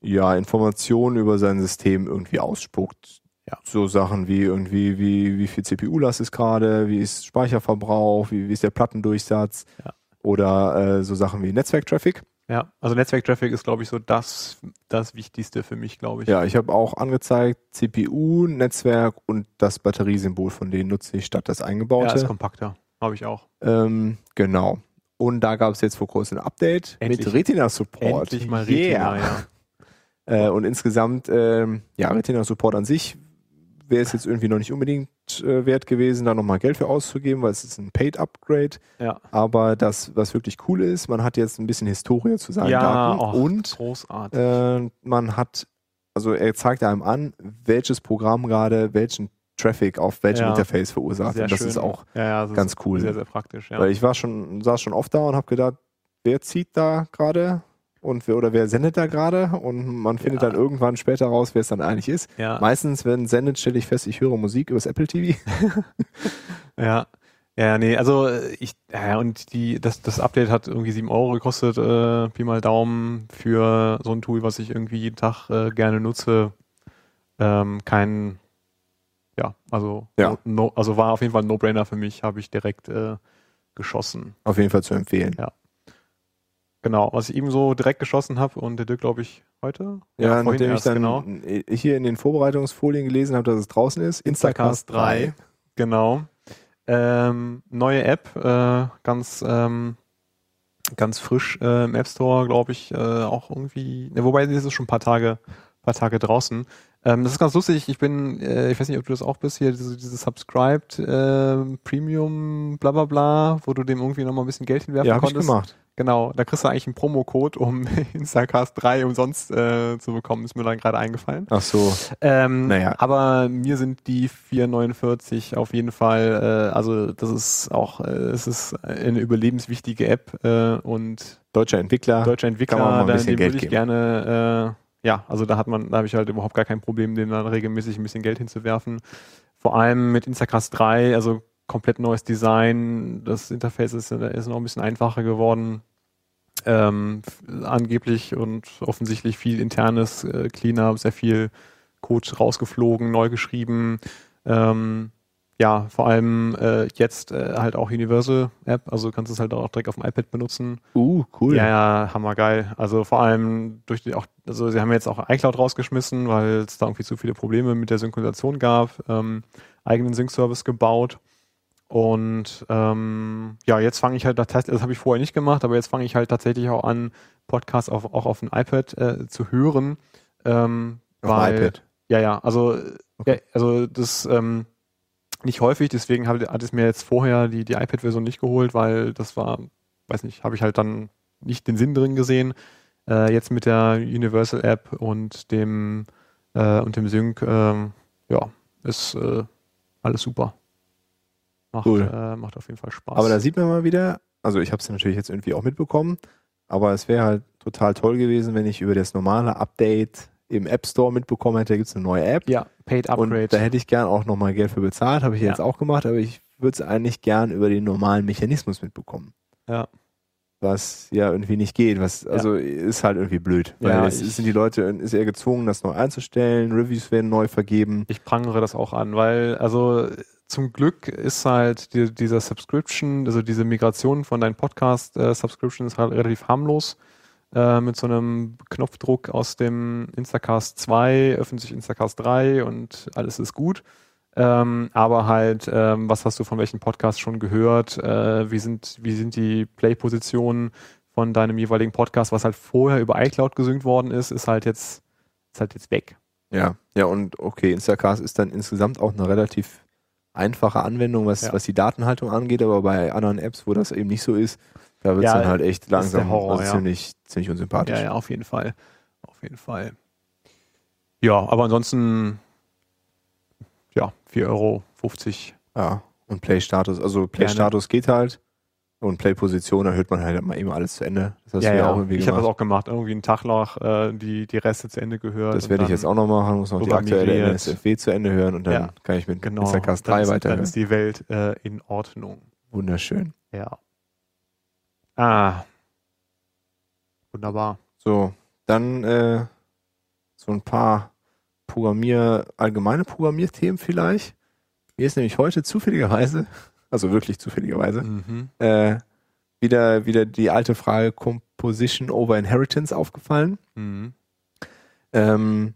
A: ja Informationen über sein System irgendwie ausspuckt.
B: Ja.
A: So Sachen wie irgendwie, wie, wie viel CPU-Last ist gerade, wie ist Speicherverbrauch, wie, wie ist der Plattendurchsatz
B: Ja.
A: oder äh, so Sachen wie Netzwerktraffic.
B: ja. also Netzwerk-Traffic ist, glaube ich, so das, das Wichtigste für mich, glaube ich.
A: Ja, ich habe auch angezeigt, CPU, Netzwerk und das Batteriesymbol, von denen nutze ich statt das
B: ja ist
A: eingebaute.
B: kompakter. Habe ich auch.
A: ähm, genau. Und da gab es jetzt vor kurzem ein Update
B: Endlich.
A: mit Retina-Support.
B: Endlich mal
A: Yeah.
B: Retina, ja.
A: Äh, und insgesamt, ähm, ja, Retina-Support an sich wäre es jetzt irgendwie noch nicht unbedingt äh, wert gewesen, da nochmal Geld für auszugeben, weil es ist ein Paid-Upgrade.
B: Ja,
A: Aber das, was wirklich cool ist, man hat jetzt ein bisschen Historie zu seinen
B: ja
A: Daten
B: och,
A: und
B: großartig.
A: äh, man hat, also er zeigt einem an, welches Programm gerade welchen Traffic auf welchem
B: Ja.
A: Interface verursacht.
B: Sehr
A: und das
B: schön.
A: ist auch
B: ja, ja, das
A: ganz
B: ist
A: cool.
B: Sehr, sehr praktisch, ja.
A: Weil ich war schon, saß schon oft da und habe gedacht, wer zieht da gerade und wer oder wer sendet da gerade und man findet
B: Ja.
A: dann irgendwann später raus, wer es dann eigentlich ist.
B: ja.
A: Meistens, wenn sendet, stelle ich fest, ich höre Musik übers Apple TV.
B: Ja, ja, nee, also äh, ich, ja, und die, das, das Update hat irgendwie 7 Euro gekostet, äh, Pi mal Daumen, für so ein Tool, was ich irgendwie jeden Tag äh, gerne nutze. Ähm, kein, ja, also,
A: Ja.
B: No, no, also war auf jeden Fall ein No-Brainer für mich, habe ich direkt äh, geschossen.
A: Auf jeden Fall zu empfehlen.
B: Genau, was ich eben so direkt geschossen habe und der Dirk, glaube ich, heute?
A: Ja,
B: vorhin
A: nachdem ich
B: erst,
A: dann
B: genau.
A: hier in den Vorbereitungsfolien gelesen habe, dass es draußen ist.
B: Instacast 3. Genau. Ähm, neue App, äh, ganz, ähm, ganz frisch äh, im App Store, glaube ich, äh, auch irgendwie. Ne, wobei, das ist schon ein paar Tage, paar Tage draußen. Ähm, das ist ganz lustig. Ich bin, äh, ich weiß nicht, ob du das auch bist, hier diese, diese Subscribed ähm, Premium, bla bla bla, wo du dem irgendwie nochmal ein bisschen Geld hinwerfen
A: Ja, habe ich
B: konntest.
A: gemacht.
B: Genau, da kriegst du eigentlich einen Promocode, um Instacast 3 umsonst äh, zu bekommen. Ist mir dann gerade eingefallen.
A: Ach so.
B: Ähm,
A: Naja.
B: Aber mir sind die 449 auf jeden Fall, äh, also das ist auch, äh, es ist eine überlebenswichtige App äh, und
A: Deutscher Entwickler.
B: deutsche Entwickler,
A: kann man mal ein
B: da-
A: bisschen
B: dem
A: Geld
B: würde ich
A: geben.
B: gerne, äh, ja, also da hat man, da habe ich halt überhaupt gar kein Problem, dem dann regelmäßig ein bisschen Geld hinzuwerfen. Vor allem mit Instacast 3, also komplett neues Design, das Interface ist, ist noch ein bisschen einfacher geworden. Ähm, f- angeblich und offensichtlich viel internes äh, Cleanup, sehr viel Code rausgeflogen, neu geschrieben. Ähm, ja, vor allem äh, jetzt äh, halt auch Universal App, also kannst du es halt auch direkt auf dem iPad benutzen.
A: Uh, cool.
B: Ja, ja, hammergeil. Also vor allem durch die auch, also sie haben jetzt auch iCloud rausgeschmissen, weil es da irgendwie zu viele Probleme mit der Synchronisation gab, ähm, eigenen Sync-Service gebaut. Und ähm, ja, jetzt fange ich halt, tatsächlich- das habe ich vorher nicht gemacht, aber jetzt fange ich halt tatsächlich auch an, Podcasts auf, auch auf dem iPad äh, zu hören. Ähm,
A: Auf dem
B: weil-
A: iPad.
B: ja, ja, also,
A: Okay.
B: ja, also das ähm, nicht häufig, deswegen hab, hat es mir jetzt vorher die, die iPad-Version nicht geholt, weil das war, weiß nicht, habe ich halt dann nicht den Sinn drin gesehen. Äh, jetzt mit der Universal-App und dem äh, und dem Sync, ähm, ja, ist äh, alles super. Macht,
A: Cool.
B: äh, macht auf jeden Fall Spaß.
A: Aber da sieht man mal wieder, Also ich habe es natürlich jetzt irgendwie auch mitbekommen, aber es wäre halt total toll gewesen, wenn ich über das normale Update im App Store mitbekommen hätte, da gibt es eine neue App.
B: Ja, Paid Upgrade.
A: Und da hätte ich gern auch nochmal Geld für bezahlt, habe ich
B: Ja.
A: jetzt auch gemacht, aber ich würde es eigentlich gern über den normalen Mechanismus mitbekommen.
B: Ja.
A: Was ja irgendwie nicht geht, was also ist halt irgendwie blöd. Weil
B: Ja,
A: es
B: ich-
A: sind die Leute, ist er gezwungen, das neu einzustellen, Reviews werden neu vergeben.
B: ich prangere das auch an, weil also zum Glück ist halt die, dieser Subscription, also diese Migration von deinem Podcast-Subscription ist halt relativ harmlos. Äh, mit so einem Knopfdruck aus dem Instacast 2 öffnet sich Instacast 3 und alles ist gut. Ähm, aber halt, ähm, was hast du von welchen Podcasts schon gehört? Äh, wie, sind, wie sind die Play-Positionen von deinem jeweiligen Podcast, was halt vorher über iCloud gesynkt worden ist, ist halt jetzt, ist halt jetzt weg.
A: Ja, ja, und okay, Instacast ist dann insgesamt auch eine relativ einfache Anwendung, was,
B: Ja.
A: was die Datenhaltung angeht, aber bei anderen Apps, wo das eben nicht so ist, da wird es
B: Ja,
A: dann halt echt langsam
B: der Horror,
A: also
B: ja.
A: ziemlich, ziemlich unsympathisch.
B: Ja, ja, auf jeden Fall. Auf jeden Fall. Ja, aber ansonsten, ja, 4,50 Euro.
A: Ja, und Play-Status. Also Play-Status
B: ne.
A: geht halt und Play-Position, da hört man halt mal eben alles zu Ende. Das hast du ja auch irgendwie
B: ich habe das
A: gemacht.
B: auch gemacht. Irgendwie einen Tag nach äh, die, die Reste zu Ende gehört.
A: Das
B: und
A: werde ich
B: dann-
A: jetzt auch noch machen, muss noch die
B: rüber
A: aktuelle
B: migriert.
A: NSFW zu Ende hören und dann
B: Ja,
A: kann ich mit
B: Genau.
A: Instacast
B: dann
A: 3
B: ist- Dann
A: weiterhören.
B: ist die Welt äh, in Ordnung.
A: Wunderschön.
B: Ja. Ah. Wunderbar.
A: So, dann äh, so ein paar Programmier, allgemeine Programmierthemen vielleicht. Mir ist nämlich heute zufälligerweise, also wirklich zufälligerweise,
C: Mhm.
A: äh, wieder, wieder die alte Frage Composition over Inheritance aufgefallen.
B: Mhm.
A: Ähm,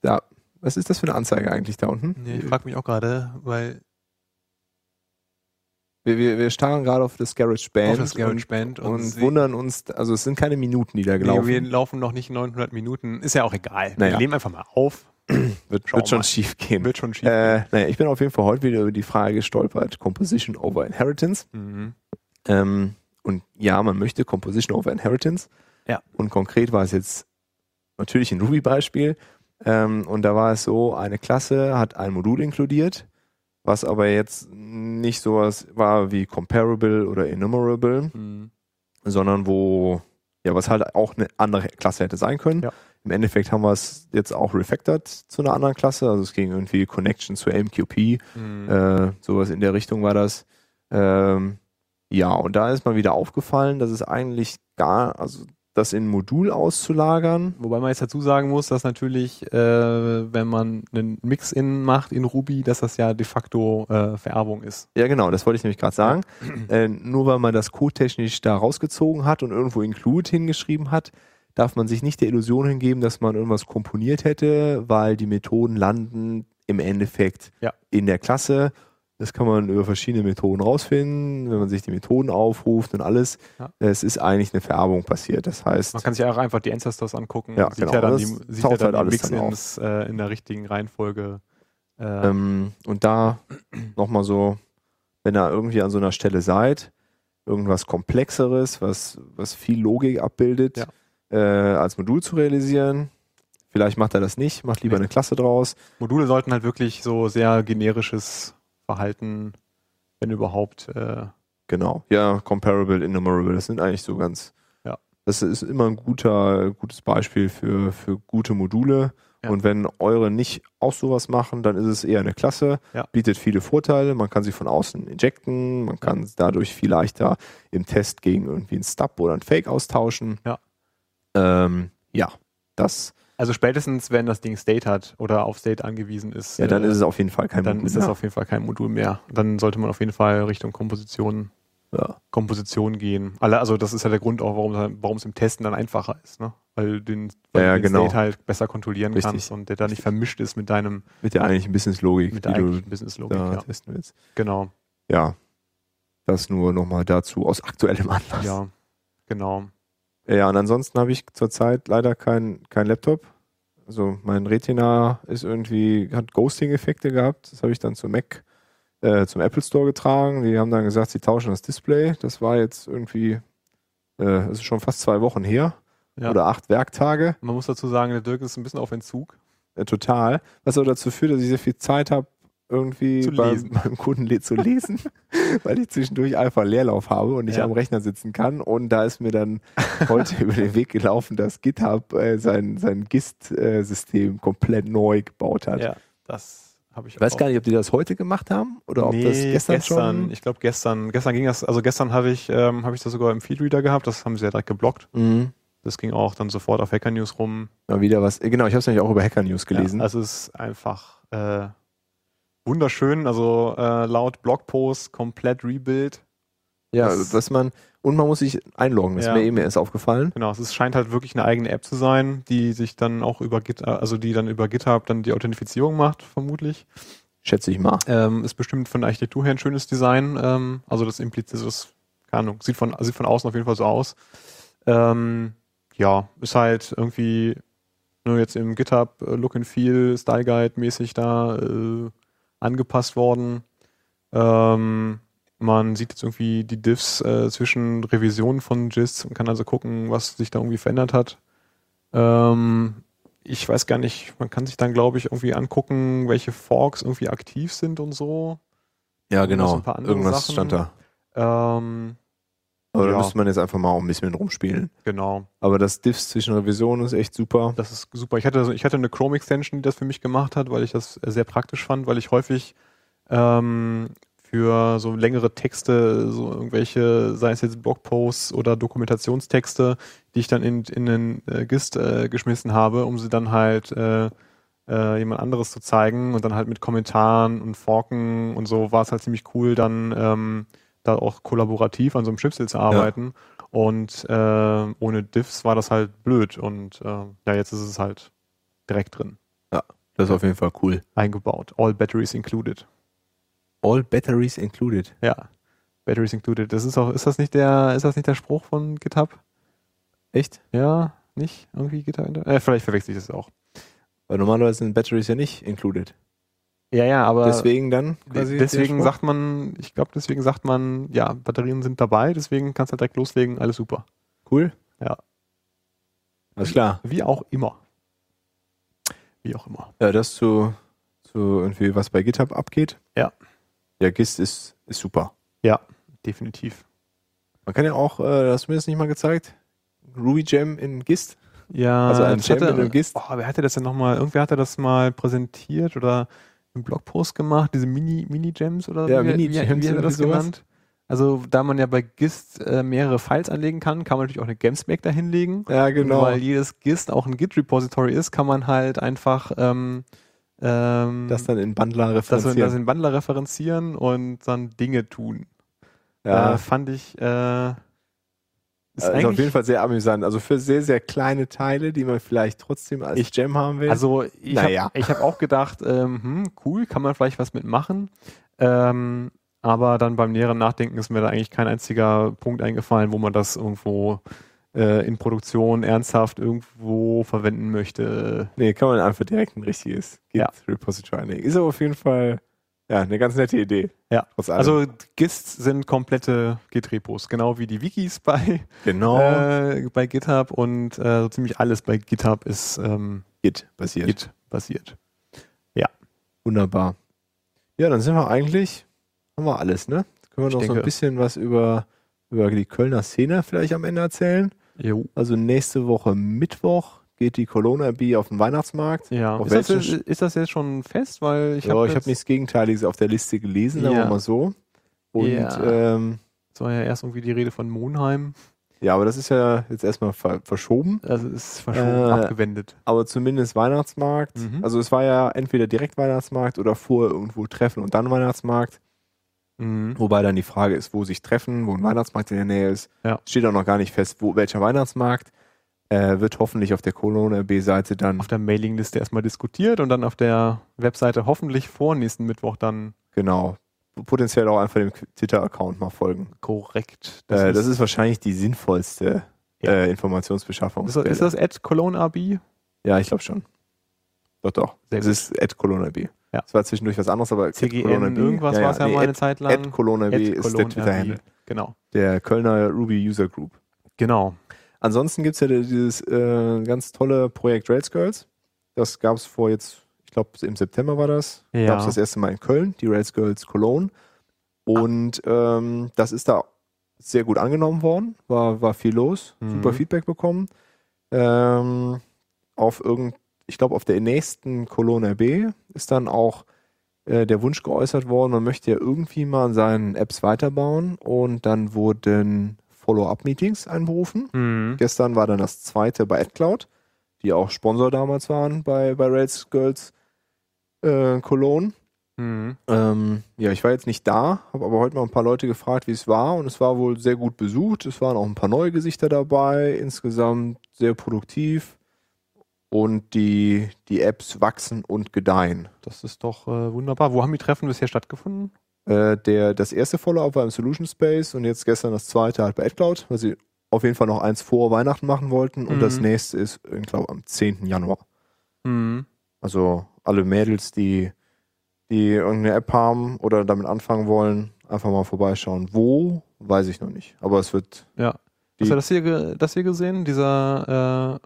A: da, was ist das für eine Anzeige eigentlich da unten?
C: Nee, ich frage mich auch gerade, weil
A: wir, wir, wir starren gerade auf das Garage Band,
C: auf das Garage Band
A: und, und
C: sie-
A: wundern uns, also es sind keine Minuten, die da
C: nee,
A: gelaufen.
C: wir laufen noch nicht 900 Minuten. Ist ja auch egal.
A: Naja.
C: Wir nehmen einfach mal auf.
A: wird,
C: schauen
A: wird schon
C: mal.
A: schief gehen.
C: Wird schon schief.
A: Äh, naja, ich bin auf jeden Fall heute wieder über die Frage gestolpert, Composition over Inheritance.
B: Mhm.
A: Ähm, und ja, man möchte Composition over Inheritance.
C: Ja.
A: Und konkret war es jetzt natürlich ein Ruby-Beispiel. Ähm, und da war es so, eine Klasse hat ein Modul inkludiert, was aber jetzt nicht sowas war wie comparable oder enumerable,
B: Mhm.
A: sondern wo, ja, was halt auch eine andere Klasse hätte sein können.
B: Ja.
A: Im Endeffekt haben wir es jetzt auch refactored zu einer anderen Klasse. Also es ging irgendwie Connection zu MQP,
B: Mhm.
A: äh, sowas in der Richtung war das. Ähm, ja, und da ist mal wieder aufgefallen, dass es eigentlich gar, also das in ein Modul auszulagern,
B: Wobei man jetzt dazu sagen muss, dass natürlich, äh, wenn man einen Mix-In macht in Ruby, dass das ja de facto äh, Vererbung ist.
A: ja genau, das wollte ich nämlich gerade sagen, äh, nur weil man das codetechnisch da rausgezogen hat und irgendwo Include hingeschrieben hat, darf man sich nicht der Illusion hingeben, dass man irgendwas komponiert hätte, weil die Methoden landen im Endeffekt
B: Ja.
A: in der Klasse. Das kann man über verschiedene Methoden rausfinden, wenn man sich die Methoden aufruft und alles.
B: Ja.
A: Es ist eigentlich eine Vererbung passiert. Das heißt,
B: Man kann sich auch einfach die Ancestors angucken
A: Ja,
B: und sieht
A: genau.
B: ja dann
A: Das
B: die, sieht ja
A: taucht halt
B: dann die
A: alles dann
B: Mix-Ins äh, in der richtigen Reihenfolge. Äh,
A: Ähm, und da nochmal so, wenn ihr irgendwie an so einer Stelle seid, irgendwas Komplexeres, was, was viel Logik abbildet,
B: Ja.
A: äh, als Modul zu realisieren. Vielleicht macht er das nicht, macht lieber
B: Nee.
A: eine Klasse draus.
B: Module sollten halt wirklich so sehr generisches Verhalten, wenn überhaupt. Äh,
A: Genau. Ja, comparable, enumerable, das sind eigentlich so ganz.
B: Ja.
A: Das ist immer ein guter, gutes Beispiel für, für gute Module.
B: Ja.
A: Und wenn eure nicht auch sowas machen, dann ist es eher eine Klasse,
B: Ja.
A: bietet viele Vorteile. Man kann sie von außen injecten, man kann dadurch viel leichter im Test gegen irgendwie ein Stub oder ein Fake austauschen.
B: Ja.
A: Ähm, ja, das,
B: also spätestens, wenn das Ding State hat oder auf State angewiesen ist,
A: ja, dann
B: äh,
A: ist es auf jeden Fall kein
B: dann
A: Modul
B: ist das
A: mehr.
B: auf jeden Fall kein Modul mehr. Dann sollte man auf jeden Fall Richtung Komposition
A: ja.
B: Komposition gehen. Alle, also das ist ja der Grund auch, warum warum es im Testen dann einfacher ist, ne? Weil du den, weil
A: Ja,
B: du den
A: genau.
B: State halt besser kontrollieren
A: Richtig.
B: kannst und der da nicht vermischt ist mit deinem,
A: Mit der eigentlichen Business-Logik,
B: mit
A: die
B: der
A: du
B: eigentlichen Business-Logik.
A: da
B: Ja.
A: testen willst.
B: Genau.
A: Ja, das nur nochmal dazu aus aktuellem Anlass.
B: Ja. Genau.
A: Ja, und ansonsten habe ich zurzeit leider kein, kein Laptop. Also mein Retina ist irgendwie, hat Ghosting-Effekte gehabt. Das habe ich dann zum Mac, äh, zum Apple Store getragen. Die haben dann gesagt, sie tauschen das Display. Das war jetzt irgendwie, äh, das ist schon fast zwei Wochen her.
B: Ja.
A: Oder acht Werktage.
B: Man muss dazu sagen, der Dirk ist ein bisschen auf Entzug.
A: Äh, total. Was aber dazu führt, dass ich sehr viel Zeit habe, irgendwie
D: Zu
A: beim,
D: lesen.
A: beim Kunden le- zu lesen, weil ich zwischendurch einfach Leerlauf habe und nicht
D: Ja.
A: am Rechner sitzen kann. Und da ist mir dann heute über den Weg gelaufen, dass GitHub äh, sein, sein GIST-System komplett neu gebaut hat.
B: Ja, das habe ich
A: Also Ich weiß gar nicht, ob die das heute gemacht haben oder ob das gestern, schon.
B: Ich glaube gestern. Gestern ging das, also gestern habe ich, ähm, habe ich das sogar im Feedreader gehabt, das haben sie ja direkt geblockt.
A: Mhm.
B: Das ging auch dann sofort auf Hacker News rum.
A: Mal wieder was. Genau, ich habe es nämlich auch über Hacker News gelesen.
B: Ja, also es ist einfach äh, wunderschön, also äh, laut Blogpost komplett Rebuild.
A: Ja,
B: Das-
A: was man und man muss sich einloggen. Das
B: Ja.
A: ist mir eben erst aufgefallen.
B: Genau, es ist, scheint halt wirklich eine eigene App zu sein, die sich dann auch über Git, also die dann über GitHub dann die Authentifizierung macht, vermutlich.
A: Schätze ich mal.
B: Ähm, ist bestimmt von der Architektur her ein schönes Design. Ähm, also das impliziert das, keine Ahnung, sieht von, sieht von außen auf jeden Fall so aus. Ähm, ja, ist halt irgendwie nur jetzt im GitHub äh, Look and Feel, Style Guide mäßig da äh, angepasst worden. Ähm, man sieht jetzt irgendwie die Diffs äh, zwischen Revisionen von GIST und kann also gucken, was sich da irgendwie verändert hat. Ähm, ich weiß gar nicht, man kann sich dann, glaube ich, irgendwie angucken, welche Forks irgendwie aktiv sind und so.
A: Ja,
B: genau. ein paar andere
A: Irgendwas
B: Sachen.
A: stand da.
B: Ähm,
A: Aber da
B: Ja.
A: müsste man jetzt einfach mal auch ein bisschen rumspielen.
B: genau,
A: Aber das Diffs zwischen Revisionen ist echt super.
B: das ist super. Ich hatte, also, ich hatte eine Chrome-Extension, die das für mich gemacht hat, weil ich das äh, sehr praktisch fand, weil ich häufig ähm, für so längere Texte, so irgendwelche, sei es jetzt Blogposts oder Dokumentationstexte, die ich dann in, in den äh, GIST äh, geschmissen habe, um sie dann halt äh, äh, jemand anderes zu zeigen und dann halt mit Kommentaren und Forken und so war es halt ziemlich cool, dann ähm, da auch kollaborativ an so einem Schnipsel zu arbeiten. Und äh, ohne Diffs war das halt blöd und äh, ja, jetzt ist es halt direkt drin,
A: Das ist auf jeden Fall cool.
B: eingebaut. All batteries included.
A: All batteries included.
B: Ja. Batteries included. Das ist auch, ist das nicht der, ist das nicht der Spruch von GitHub?
A: Echt?
B: Ja, nicht? Irgendwie GitHub? Inter- Äh, vielleicht verwechsel ich das auch.
A: Weil normalerweise sind Batteries ja nicht included.
B: Ja, ja, aber
A: deswegen dann quasi
B: deswegen
A: der Spruch?
B: sagt man, ich glaube, deswegen sagt man, ja, Batterien sind dabei, deswegen kannst du halt direkt loslegen, alles super.
A: cool.
B: Ja.
A: Alles klar.
B: Wie auch immer. Wie auch immer.
A: Ja, das zu, zu irgendwie was bei GitHub abgeht.
B: Ja.
A: Ja, GIST ist, ist super.
B: Definitiv.
A: Man kann ja auch, äh, hast du mir das nicht mal gezeigt? Ruby Gem in GIST.
B: Ja,
A: Also ein
B: das
A: Jam
B: hatte,
A: mit einem Gist.
B: Oh, wer hatte das denn nochmal? Irgendwer hatte das mal präsentiert oder einen Blogpost gemacht, diese Mini- Mini-Gems oder
A: Ja,
B: wie, wie-
A: Mini-Gems
B: wie, wie hat er
A: irgendwie
B: das
A: sowas.
B: genannt? Also, da man ja bei GIST äh, mehrere Files anlegen kann, kann man natürlich auch eine Gemsmack dahinlegen.
A: Ja, genau.
B: Und Weil jedes GIST auch ein Git-Repository ist, kann man halt einfach ähm, ähm,
A: Das dann in Bundler
B: das, in- das
A: referenzieren.
B: in Bundler referenzieren und dann Dinge tun. Äh, fand ich. Äh,
A: Äh, ist, ist auf
B: eigentlich-
A: jeden Fall sehr amüsant. Also für sehr, sehr kleine Teile, die man vielleicht trotzdem als
B: Ich-
A: Gem haben will.
B: Also ich hab-
A: Naja.
B: ich habe hab auch gedacht, ähm, hm, cool, kann man vielleicht was mitmachen. Ähm, aber dann beim näheren Nachdenken ist mir da eigentlich kein einziger Punkt eingefallen, wo man das irgendwo äh, in Produktion ernsthaft irgendwo verwenden möchte.
A: nee, kann man einfach direkt ein richtiges
B: Ja.
A: Git-Repository anlegen. Ist aber auf jeden Fall ja, eine ganz nette Idee.
B: Ja.
A: Trotz allem.
B: Also GISTs sind komplette Git-Repos, genau wie die Wikis bei,
A: genau
B: äh, bei GitHub und äh, so ziemlich alles bei GitHub ist ähm,
A: Git-basiert.
B: Git-basiert.
A: Wunderbar. Ja, dann sind wir eigentlich, haben wir alles, ne? Können wir
B: Ich
A: noch so
B: denke-
A: ein bisschen was über, über die Kölner Szene vielleicht am Ende erzählen?
B: Jo.
A: Also nächste Woche Mittwoch geht die Corona Bee auf den Weihnachtsmarkt.
B: Ja.
A: Auf
B: Ist das,
A: welchen
B: jetzt, ist das jetzt schon fest? Weil ich
A: ja,
B: habe
A: ich habe nichts Gegenteiliges auf der Liste gelesen, sagen
B: Ja.
A: wir mal so. Und
B: Ja.
A: ja. Ähm,
B: Es war ja erst irgendwie die Rede von Monheim.
A: ja, aber das ist ja jetzt erstmal ver verschoben.
B: Also es ist verschoben,
A: Äh,
B: abgewendet.
A: Aber zumindest Weihnachtsmarkt.
B: Mhm.
A: Also es war ja entweder direkt Weihnachtsmarkt oder vor irgendwo Treffen und dann Weihnachtsmarkt.
B: Mhm.
A: Wobei dann die Frage ist, wo sich treffen, wo ein Weihnachtsmarkt in der Nähe ist.
B: Ja.
A: Steht auch noch gar nicht fest, wo, welcher Weihnachtsmarkt. Äh, wird hoffentlich auf der Corona-B-Seite dann
B: Auf der Mailingliste erstmal diskutiert und dann auf der Webseite hoffentlich vor nächsten Mittwoch dann
A: genau potenziell auch einfach dem Twitter-Account mal folgen.
B: korrekt.
A: Das, äh, ist, das ist wahrscheinlich die sinnvollste
B: Ja.
A: äh, Informationsbeschaffung.
B: ist, das- ist das at Cologne AB?
A: ja, ich glaube schon. Doch, doch.
B: Sehr
A: es
B: gut.
A: ist at Colonna B.
B: Ja.
A: Es war zwischendurch was anderes, aber at Colonna
B: CGN,
A: B.
B: irgendwas war es ja
A: nee,
B: mal eine
A: at,
B: Zeit lang.
A: At Colonna B
B: At
A: ist
B: Cologne
A: der Twitter-Handle.
B: AB. Genau.
A: Der Kölner Ruby User Group.
B: Genau.
A: Ansonsten gibt es ja dieses äh, ganz tolle Projekt Rails Girls. Das gab es vor jetzt, ich ich glaube, im September war das.
E: Ja.
A: Gab es das erste Mal in Köln, die Rails Girls Cologne. Und ähm, das ist da sehr gut angenommen worden. War, war viel los,
B: Mhm.
A: super Feedback bekommen. Ähm, auf irgend, ich glaube, auf der nächsten Cologne B ist dann auch äh, der Wunsch geäußert worden, man möchte ja irgendwie mal an seinen Apps weiterbauen. Und dann wurden Follow-up-Meetings einberufen.
B: Mhm.
A: Gestern war dann das zweite bei AdCloud, die auch Sponsor damals waren bei, bei Rails Girls äh, Cologne.
B: Mhm.
A: Ähm, ja, ich war jetzt nicht da, habe aber heute mal ein paar Leute gefragt, wie es war und es war wohl sehr gut besucht. Es waren auch ein paar neue Gesichter dabei, insgesamt sehr produktiv und die, die Apps wachsen und gedeihen.
B: Das ist doch äh, wunderbar. Wo haben die Treffen bisher stattgefunden?
A: Äh, der, das erste Follow-up war im Solution Space und jetzt gestern das zweite halt bei AdCloud, weil sie auf jeden Fall noch eins vor Weihnachten machen wollten und
B: Mhm.
A: das nächste ist, ich glaube, am 10. Januar.
B: Mhm.
A: Also alle Mädels, die, die irgendeine App haben oder damit anfangen wollen, einfach mal vorbeischauen. Wo, weiß ich noch nicht. Aber es wird
B: Hast
A: Die-
B: du das hier, ge- das hier gesehen? Dieser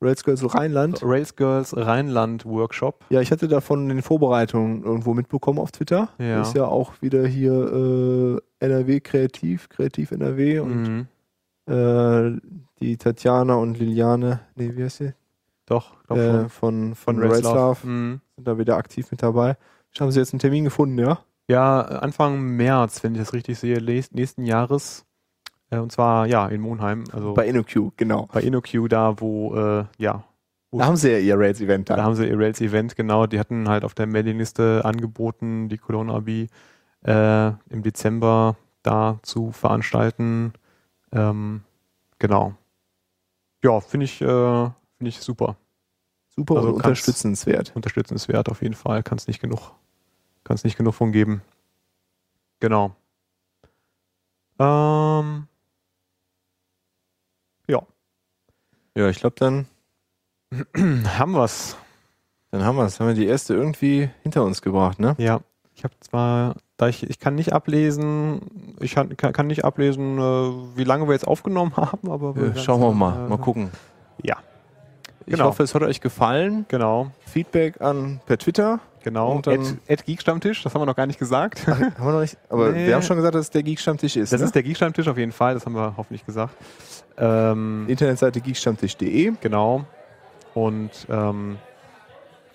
A: Rails Girls
B: äh,
A: Rheinland.
B: Rails Girls Rheinland Workshop.
A: Ja, ich hatte davon in den Vorbereitungen irgendwo mitbekommen auf Twitter.
B: Ja.
A: Ist ja auch wieder hier äh, NRW Kreativ, Kreativ NRW und
B: Mhm.
A: äh, die Tatjana und Liliane, nee, wie heißt sie?
B: Doch, glaub
A: Äh,
B: schon.
A: von, von
B: Von
A: Rails
B: Rails
A: Love
B: Mhm.
A: sind da wieder aktiv mit dabei. Haben sie jetzt einen Termin gefunden, ja?
B: Ja, Anfang März, wenn ich das richtig sehe, les- nächsten Jahres. Äh, und zwar, ja, in Monheim. Also bei,
A: InnoQ, genau.
B: InnoQ da, wo, äh, ja,
A: Da haben sie ja ihr Rails-Event
B: Da haben sie ihr Rails Event, genau. Die hatten halt auf der Mailingliste angeboten, die Cologne AB äh, im Dezember da zu veranstalten. Ähm, genau. Ja, finde ich, äh, finde ich super.
A: Super
B: Also
A: und
B: kann's-
A: unterstützenswert.
B: Unterstützenswert auf jeden Fall. Kann es nicht genug, kann es nicht genug von geben. Genau. Ähm,
A: Ja, ich glaube, dann,
B: haben wir's.
A: dann haben wir es. Haben wir die erste irgendwie hinter uns gebracht, ne?
B: Ja, ich habe zwar, da ich, ich kann nicht ablesen, ich kann, kann kann nicht ablesen, äh, wie lange wir jetzt aufgenommen haben, aber
A: Ja,
B: werden
A: schauen wir
B: sagen,
A: mal.
B: äh,
A: Mal gucken.
B: Ja.
A: Ich
B: Genau.
A: hoffe, es hat euch gefallen.
B: Genau,
A: Feedback an per Twitter.
B: genau.
A: Und dann-
B: Ed, Ed Geek Stammtisch, das haben wir noch gar nicht gesagt.
A: haben wir noch nicht. Aber
B: Nee.
A: wir haben schon gesagt, dass es der Geek-Stammtisch ist.
B: Das
A: ne?
B: ist der Geek Stammtisch auf jeden Fall, das haben wir hoffentlich gesagt. Ähm,
A: Internetseite geekstammtisch.de.
B: genau. Und ähm,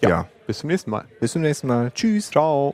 B: Ja. bis zum nächsten Mal.
A: Bis zum nächsten Mal. Tschüss.
B: Ciao.